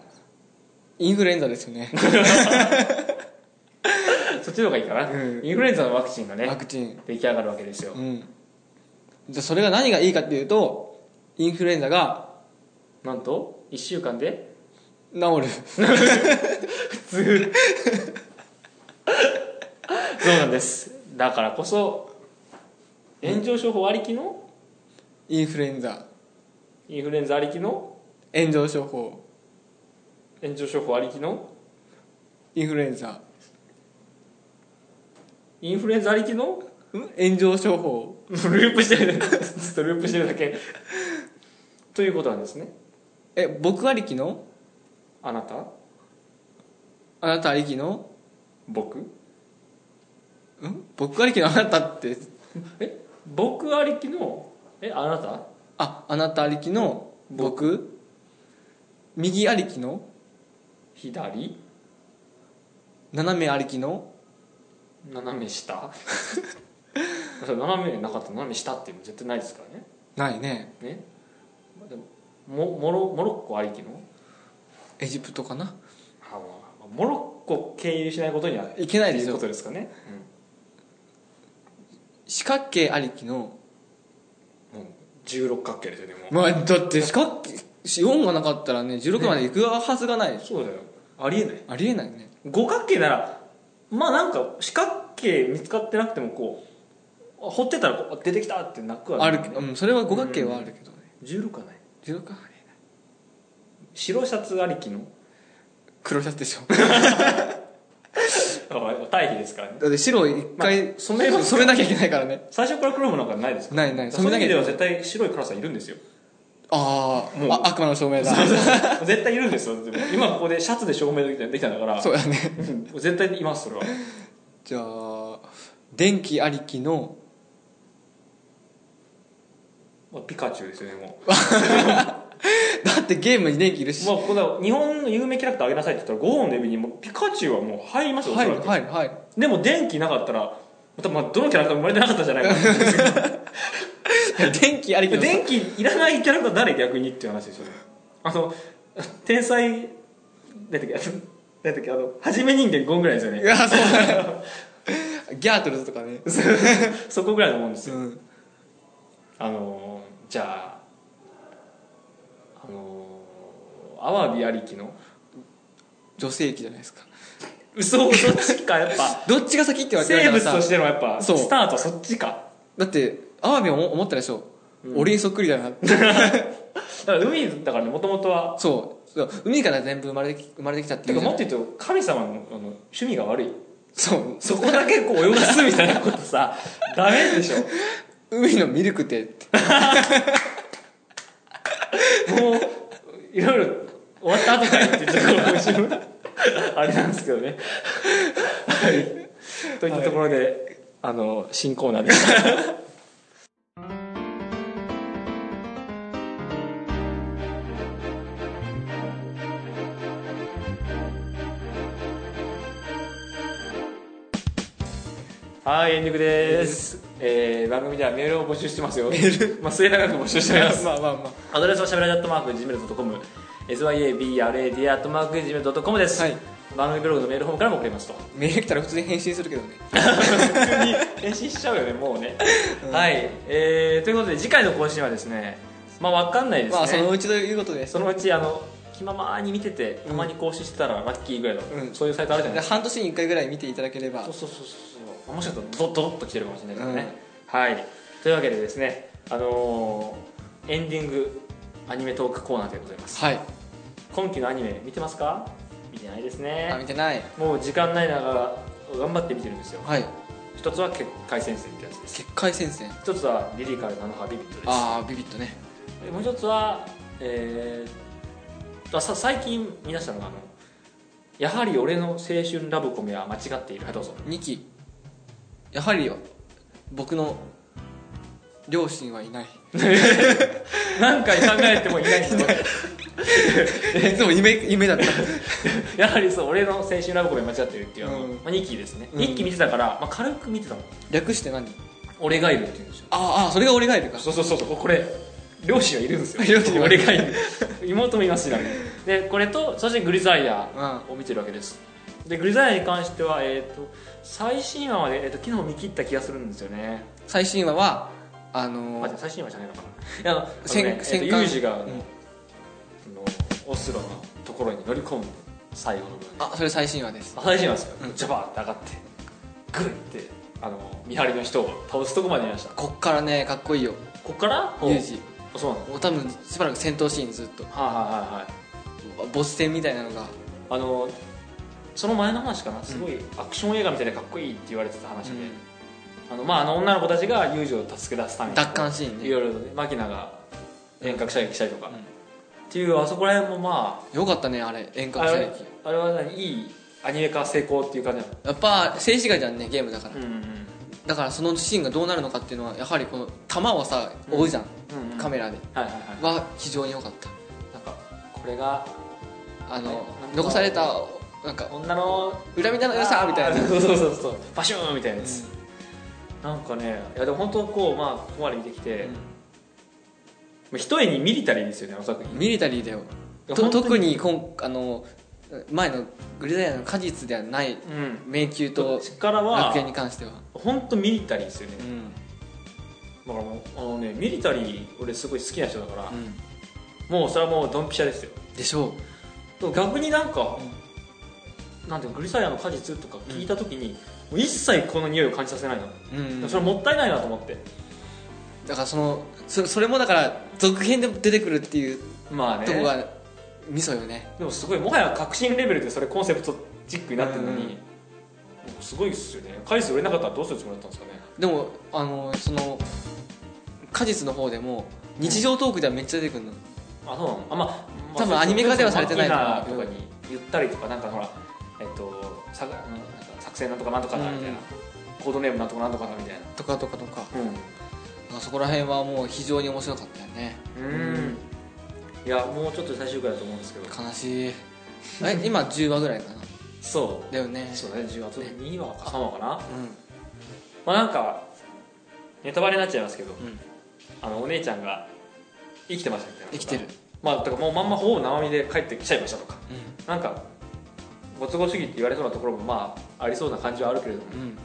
[SPEAKER 2] インフルエンザですよね
[SPEAKER 1] あそっちの方がいいかな、
[SPEAKER 2] うん
[SPEAKER 1] インフルエンザのワクチンが
[SPEAKER 2] ワ
[SPEAKER 1] ね
[SPEAKER 2] クチン
[SPEAKER 1] 出来上がるわけですよ
[SPEAKER 2] うんじゃあそれが何がいいかっていうとインフルエンザが
[SPEAKER 1] なんと1週間で
[SPEAKER 2] 治る
[SPEAKER 1] そうなんですだからこそ炎上商法ありきの
[SPEAKER 2] インフルエンザ
[SPEAKER 1] インフルエンザありきの
[SPEAKER 2] 炎上症法
[SPEAKER 1] 炎上商法ありきの
[SPEAKER 2] インフルエンザ
[SPEAKER 1] インフルエンザありきの
[SPEAKER 2] ん炎上商法
[SPEAKER 1] ループしてる ずっとループしてるだけということなんですね
[SPEAKER 2] え僕ありきの
[SPEAKER 1] あなた
[SPEAKER 2] あなたありきの
[SPEAKER 1] 僕
[SPEAKER 2] ん僕ありきのあなたって
[SPEAKER 1] 僕ありきのえあなた
[SPEAKER 2] ああなたありきの僕右ありきの
[SPEAKER 1] 左
[SPEAKER 2] 斜めありきの
[SPEAKER 1] 斜め下それ 斜めなかったら斜め下っていうの絶対ないですからね
[SPEAKER 2] ないね
[SPEAKER 1] ねまあでももモロモロッコありきの
[SPEAKER 2] エジプトかな
[SPEAKER 1] あまあモロッコ経由しないことにはい
[SPEAKER 2] けないです
[SPEAKER 1] という
[SPEAKER 2] よ
[SPEAKER 1] ことですかね、
[SPEAKER 2] 四角形ありきの
[SPEAKER 1] もう十六角形ですよねもう
[SPEAKER 2] まあだって四角形4がなかったらね16まで行くはずがない、
[SPEAKER 1] そうだよありえない
[SPEAKER 2] ありえないね
[SPEAKER 1] 五角形ならまあなんか四角形見つかってなくてもこうあ掘ってたらこうあ出てきたって泣くは
[SPEAKER 2] あ
[SPEAKER 1] な
[SPEAKER 2] る
[SPEAKER 1] いね
[SPEAKER 2] うんそれは五角形はあるけどね
[SPEAKER 1] 16はない
[SPEAKER 2] 16はありえない
[SPEAKER 1] 白シャツありきの
[SPEAKER 2] 黒シャツでしょ
[SPEAKER 1] あまあ対比ですからね
[SPEAKER 2] だって白を一回
[SPEAKER 1] 染めます
[SPEAKER 2] 染めなきゃいけないからね
[SPEAKER 1] 最初から黒もなんかないですから
[SPEAKER 2] ないない
[SPEAKER 1] その
[SPEAKER 2] 染めな
[SPEAKER 1] 意
[SPEAKER 2] きゃ
[SPEAKER 1] 味
[SPEAKER 2] い
[SPEAKER 1] で
[SPEAKER 2] け
[SPEAKER 1] は
[SPEAKER 2] な
[SPEAKER 1] 絶
[SPEAKER 2] い
[SPEAKER 1] 対白いカラスはいるんですよ
[SPEAKER 2] あ
[SPEAKER 1] もう
[SPEAKER 2] ああ悪魔の証明だ
[SPEAKER 1] 絶対いるんですよでも今ここでシャツで証明できたできたんだから
[SPEAKER 2] そうだね
[SPEAKER 1] うん 絶対いますそれは
[SPEAKER 2] じゃあ電気ありきの
[SPEAKER 1] まあピカチュウですよねも
[SPEAKER 2] だってゲームに電気いる
[SPEAKER 1] う、
[SPEAKER 2] し、
[SPEAKER 1] まあ、ここだ日本の有名キャラクターあげなさいって言ったら5音の指にもうピカチュウはもう入りますよお
[SPEAKER 2] は
[SPEAKER 1] そ
[SPEAKER 2] い
[SPEAKER 1] らく、
[SPEAKER 2] はいはい
[SPEAKER 1] でも電気なかったら多分まあどのキャラクターも生まれてなかったんじゃないかな
[SPEAKER 2] 電気ありきの
[SPEAKER 1] 電気いらないキャラクター誰逆にっていう話ですよねあの天才なんだっけあのなんだっけあの初め人間5ぐらいですよ
[SPEAKER 2] い
[SPEAKER 1] ね
[SPEAKER 2] やそう ギャートルズとかね
[SPEAKER 1] そこぐらいのもんですよ
[SPEAKER 2] うん
[SPEAKER 1] あのーじゃああのーアワビありきの
[SPEAKER 2] 女性器じゃないですか
[SPEAKER 1] 嘘そっちかやっ ぱ
[SPEAKER 2] どっちが先ってわけ
[SPEAKER 1] 生
[SPEAKER 2] だ
[SPEAKER 1] 物
[SPEAKER 2] から
[SPEAKER 1] とし
[SPEAKER 2] さ
[SPEAKER 1] てのやっぱ
[SPEAKER 2] そう
[SPEAKER 1] スタートはそっちか
[SPEAKER 2] だってアワビも思ったでしょ、俺にそっくりだな って
[SPEAKER 1] だから海だからねもともとは
[SPEAKER 2] そうそう海から全部生まれてき生まれてきたって
[SPEAKER 1] て
[SPEAKER 2] いう
[SPEAKER 1] か
[SPEAKER 2] じゃ
[SPEAKER 1] も
[SPEAKER 2] な
[SPEAKER 1] っ
[SPEAKER 2] い
[SPEAKER 1] と言うと神様のあの趣味が悪い
[SPEAKER 2] そう
[SPEAKER 1] そこだけこう泳がすみたいなことさダメでしょ
[SPEAKER 2] 海のミルクって
[SPEAKER 1] もういろいろ終わった後かいってちょっとこう自分あれなんですけどねはいといったところで、あの新コーナーですはい、エンディングです、えー番組ではメールを募集してますよメールまあ末永く募集しております
[SPEAKER 2] まあまあまあ
[SPEAKER 1] アドレスはしゃべらじ .gmail.com syabrad.gmail.com です、
[SPEAKER 2] はい
[SPEAKER 1] 番組ブログのメールフォームからも送れ ますと
[SPEAKER 2] メール来たら普通に返信するけどね
[SPEAKER 1] 普通に返信しちゃうよねもうね、はい、えーということで次回の更新はですねまあわかんないですね、
[SPEAKER 2] まあそ
[SPEAKER 1] そ
[SPEAKER 2] の
[SPEAKER 1] の
[SPEAKER 2] うちということで
[SPEAKER 1] うちあの気ままに見ててたまに更新してたらラッキーぐらいの、
[SPEAKER 2] うん
[SPEAKER 1] そういうサイトあるじゃない
[SPEAKER 2] で
[SPEAKER 1] ですか、
[SPEAKER 2] 半年に1回ぐらい見ていただければ
[SPEAKER 1] そうそうそうそうもしかしたらドドドッと来てるかもしれないですね、はいというわけでですねあのーエンディングアニメトークコーナーでございます
[SPEAKER 2] はい
[SPEAKER 1] 今期のアニメ見てますか見てないです
[SPEAKER 2] あ
[SPEAKER 1] ね
[SPEAKER 2] 見てない
[SPEAKER 1] もう時間ない中頑張って見てるんですよ
[SPEAKER 2] はい
[SPEAKER 1] 一つは結界戦線ってやつです
[SPEAKER 2] 結界戦線
[SPEAKER 1] 一つはリリカルなのはビビットです
[SPEAKER 2] ああビビッとね
[SPEAKER 1] でもう一つはえーあさ最近見出したのがあのやはり俺の青春ラブコメは間違っているはいどう ぞ
[SPEAKER 2] 2期やはりよ僕の両親は いない
[SPEAKER 1] 何回考えてもいない んだよ
[SPEAKER 2] いつも夢夢だった
[SPEAKER 1] やはりそう俺の青春ラブコメは間違っているっていうあの、
[SPEAKER 2] うん
[SPEAKER 1] まあ、2期ですね、
[SPEAKER 2] うん
[SPEAKER 1] 一期見てたから、まあ、軽く見てたもん
[SPEAKER 2] 略して何
[SPEAKER 1] 俺がいるっていうんですよ
[SPEAKER 2] あーあーそれが俺がいるか
[SPEAKER 1] そうそうそうそうこれ両親がいるんですよ
[SPEAKER 2] 両親がいる
[SPEAKER 1] 俺がいる妹もいますしなみにでこれとそしてグリザイア
[SPEAKER 2] う
[SPEAKER 1] を見てるわけですでグリザイアに関しては、えー、と最新話まで、えー、と昨日見切った気がするんですよね
[SPEAKER 2] 最新話はあの
[SPEAKER 1] ま
[SPEAKER 2] ー
[SPEAKER 1] あ、最新話じゃないのかないやあのあのね
[SPEAKER 2] 戦
[SPEAKER 1] えーと
[SPEAKER 2] 戦艦
[SPEAKER 1] ユージがあの、
[SPEAKER 2] うん
[SPEAKER 1] あのオスロのところに乗り込む最後の部分
[SPEAKER 2] あそれ最新話です
[SPEAKER 1] 最新話ですよ
[SPEAKER 2] うん
[SPEAKER 1] ジャバーって上がってグンってあの見張りの人を倒すとこまでいました
[SPEAKER 2] こっからねかっこいいよ
[SPEAKER 1] こっから
[SPEAKER 2] ユージ
[SPEAKER 1] おそうなのはい、
[SPEAKER 2] もう多分しばらく戦闘シーンずっと
[SPEAKER 1] はいはいはい
[SPEAKER 2] ボス戦みたいなのが
[SPEAKER 1] あのその前の話かなすごいアクション映画みたいでかっこいいって言われてた話で、あのまあ、あの女の子たちが友情を助け出すために
[SPEAKER 2] 奪還シーンね
[SPEAKER 1] いろいろとねマキナが遠隔射撃したりとか、
[SPEAKER 2] うん
[SPEAKER 1] っていうあそこら辺もま
[SPEAKER 2] よかったねあれ遠
[SPEAKER 1] あ
[SPEAKER 2] 隔
[SPEAKER 1] あ
[SPEAKER 2] 射
[SPEAKER 1] れ
[SPEAKER 2] 撃
[SPEAKER 1] あれは何いいアニメ化成功っていう感じなの
[SPEAKER 2] やっぱ静止画じゃんねゲームだから
[SPEAKER 1] うん
[SPEAKER 2] だからそのシーンがどうなるのかっていうのはやはりこの弾をさ追うじゃん
[SPEAKER 1] うんうん
[SPEAKER 2] カメラで
[SPEAKER 1] はいはいはい
[SPEAKER 2] は非常に良かった
[SPEAKER 1] なんかこれが
[SPEAKER 2] あの
[SPEAKER 1] はい
[SPEAKER 2] 残されたなんか
[SPEAKER 1] 女の
[SPEAKER 2] 恨みだの良さみたいな
[SPEAKER 1] あーそうそうそうそうパシューンみたいなやつ、なんかねいやでも本当こうまあここまで見てきて、
[SPEAKER 2] うん
[SPEAKER 1] まあ一重にミリタリーですよねあの作品
[SPEAKER 2] ミリタリーだよ
[SPEAKER 1] いや
[SPEAKER 2] と
[SPEAKER 1] 本当に
[SPEAKER 2] 特に今あの前のグリザイアの果実ではない
[SPEAKER 1] うん
[SPEAKER 2] 迷宮と
[SPEAKER 1] 力は
[SPEAKER 2] 楽園に関しては
[SPEAKER 1] 本当ミリタリーですよね
[SPEAKER 2] うん
[SPEAKER 1] だからもうあのねミリタリー俺すごい好きな人だから、
[SPEAKER 2] うん
[SPEAKER 1] もうそれはもうドンピシャですよ
[SPEAKER 2] でしょ
[SPEAKER 1] でも逆になんか、なんていうのグリサイアの果実とか聞いた時に、もう一切この匂いを感じさせないの、
[SPEAKER 2] ううん
[SPEAKER 1] それもったいないなと思って
[SPEAKER 2] だからそのそそれもだから続編でも出てくるっていう
[SPEAKER 1] まあ
[SPEAKER 2] とこ
[SPEAKER 1] ね
[SPEAKER 2] がミソよね
[SPEAKER 1] でもすごいもはや革新レベルでそれコンセプトチックになってるのに、
[SPEAKER 2] うん
[SPEAKER 1] もうすごいっすよね果実売れなかったらどうするつもりだったんですかね
[SPEAKER 2] でもあのその果実の方でも日常トークではめっちゃ出てくるの
[SPEAKER 1] あそうなのあまあまあ
[SPEAKER 2] 多分アニメ化ではされてない
[SPEAKER 1] と
[SPEAKER 2] と思う
[SPEAKER 1] かとかに言ったりとかなんかほらえっとさなんか作戦なんとかなんとかだみたいな、
[SPEAKER 2] うん
[SPEAKER 1] コードネームなんとかなんとかだみたいな
[SPEAKER 2] とかとかとか
[SPEAKER 1] うん
[SPEAKER 2] まあそこら辺はもう非常に面白かったよね
[SPEAKER 1] うんいやもうちょっとで最終回だと思うんですけど
[SPEAKER 2] 悲しいえ今10話ぐらいかな
[SPEAKER 1] そ
[SPEAKER 2] だよね
[SPEAKER 1] うそうね10月2話か3話かな
[SPEAKER 2] う
[SPEAKER 1] まあなんかネタバレになっちゃいますけど、
[SPEAKER 2] んうん
[SPEAKER 1] あのお姉ちゃんが生きてましたみたいな
[SPEAKER 2] 生きてる
[SPEAKER 1] まあだからもうまんまほぼ生身で帰ってきちゃいましたとか
[SPEAKER 2] う
[SPEAKER 1] なんかご都合主義って言われそうなところもまあありそうな感じはあるけれども、
[SPEAKER 2] んうん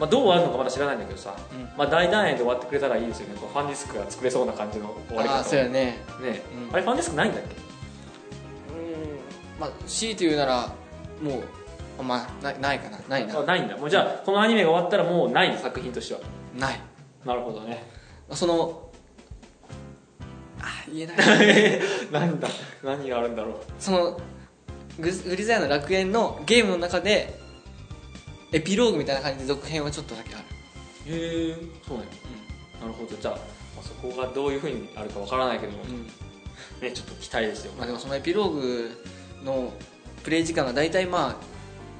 [SPEAKER 1] まあ、どう終わるのかまだ知らないんだけどさ、
[SPEAKER 2] うん
[SPEAKER 1] まあ、大団円で終わってくれたらいいですよねこうファンディスクが作れそうな感じの終わり
[SPEAKER 2] あ
[SPEAKER 1] 方
[SPEAKER 2] あそうやね
[SPEAKER 1] ね、
[SPEAKER 2] うん
[SPEAKER 1] あれファンディスクないんだっけ
[SPEAKER 2] うんまあ強いて言うならもうまあないないかなないな
[SPEAKER 1] あないんだもうじゃあこのアニメが終わったらもうない作品としては
[SPEAKER 2] ない
[SPEAKER 1] なるほどね
[SPEAKER 2] そのあ言えな い
[SPEAKER 1] なんだ何があるんだろう
[SPEAKER 2] そのググリザヤの楽園のゲームの中でエピローグみたいな感じで続編はちょっとだけある
[SPEAKER 1] へえそうね、なるほどじゃあ、まあ、そこがどういうふうにあるかわからないけども、
[SPEAKER 2] うん
[SPEAKER 1] ねちょっと期待ですよ、
[SPEAKER 2] まあでもそのエピローグのプレイ時間が大体まあ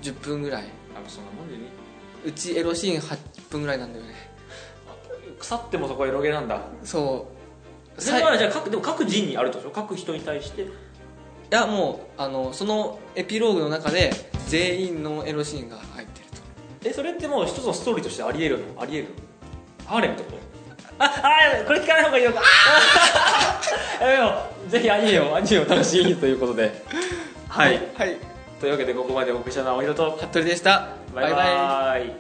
[SPEAKER 2] 10分ぐらい
[SPEAKER 1] あのそんなもんでね
[SPEAKER 2] うちエロシーン8分ぐらいなんだよね
[SPEAKER 1] 腐ってもそこはエロゲなんだ
[SPEAKER 2] そう
[SPEAKER 1] そ
[SPEAKER 2] さ
[SPEAKER 1] れ
[SPEAKER 2] い
[SPEAKER 1] はじゃあ各でも各人にあるでしょ各人に対して
[SPEAKER 2] いやもうあのそのエピローグの中で全員のエロシーンが入ってると
[SPEAKER 1] えそれってもう一つのストーリーとしてありえるのありえるのハーレムってことああこれ聞かない方がいいのかあ やめようぜひアニメをアニメを楽しみにということではい
[SPEAKER 2] はい
[SPEAKER 1] というわけでここまでお送りしたのはおひろと
[SPEAKER 2] 服部でした
[SPEAKER 1] バイバイ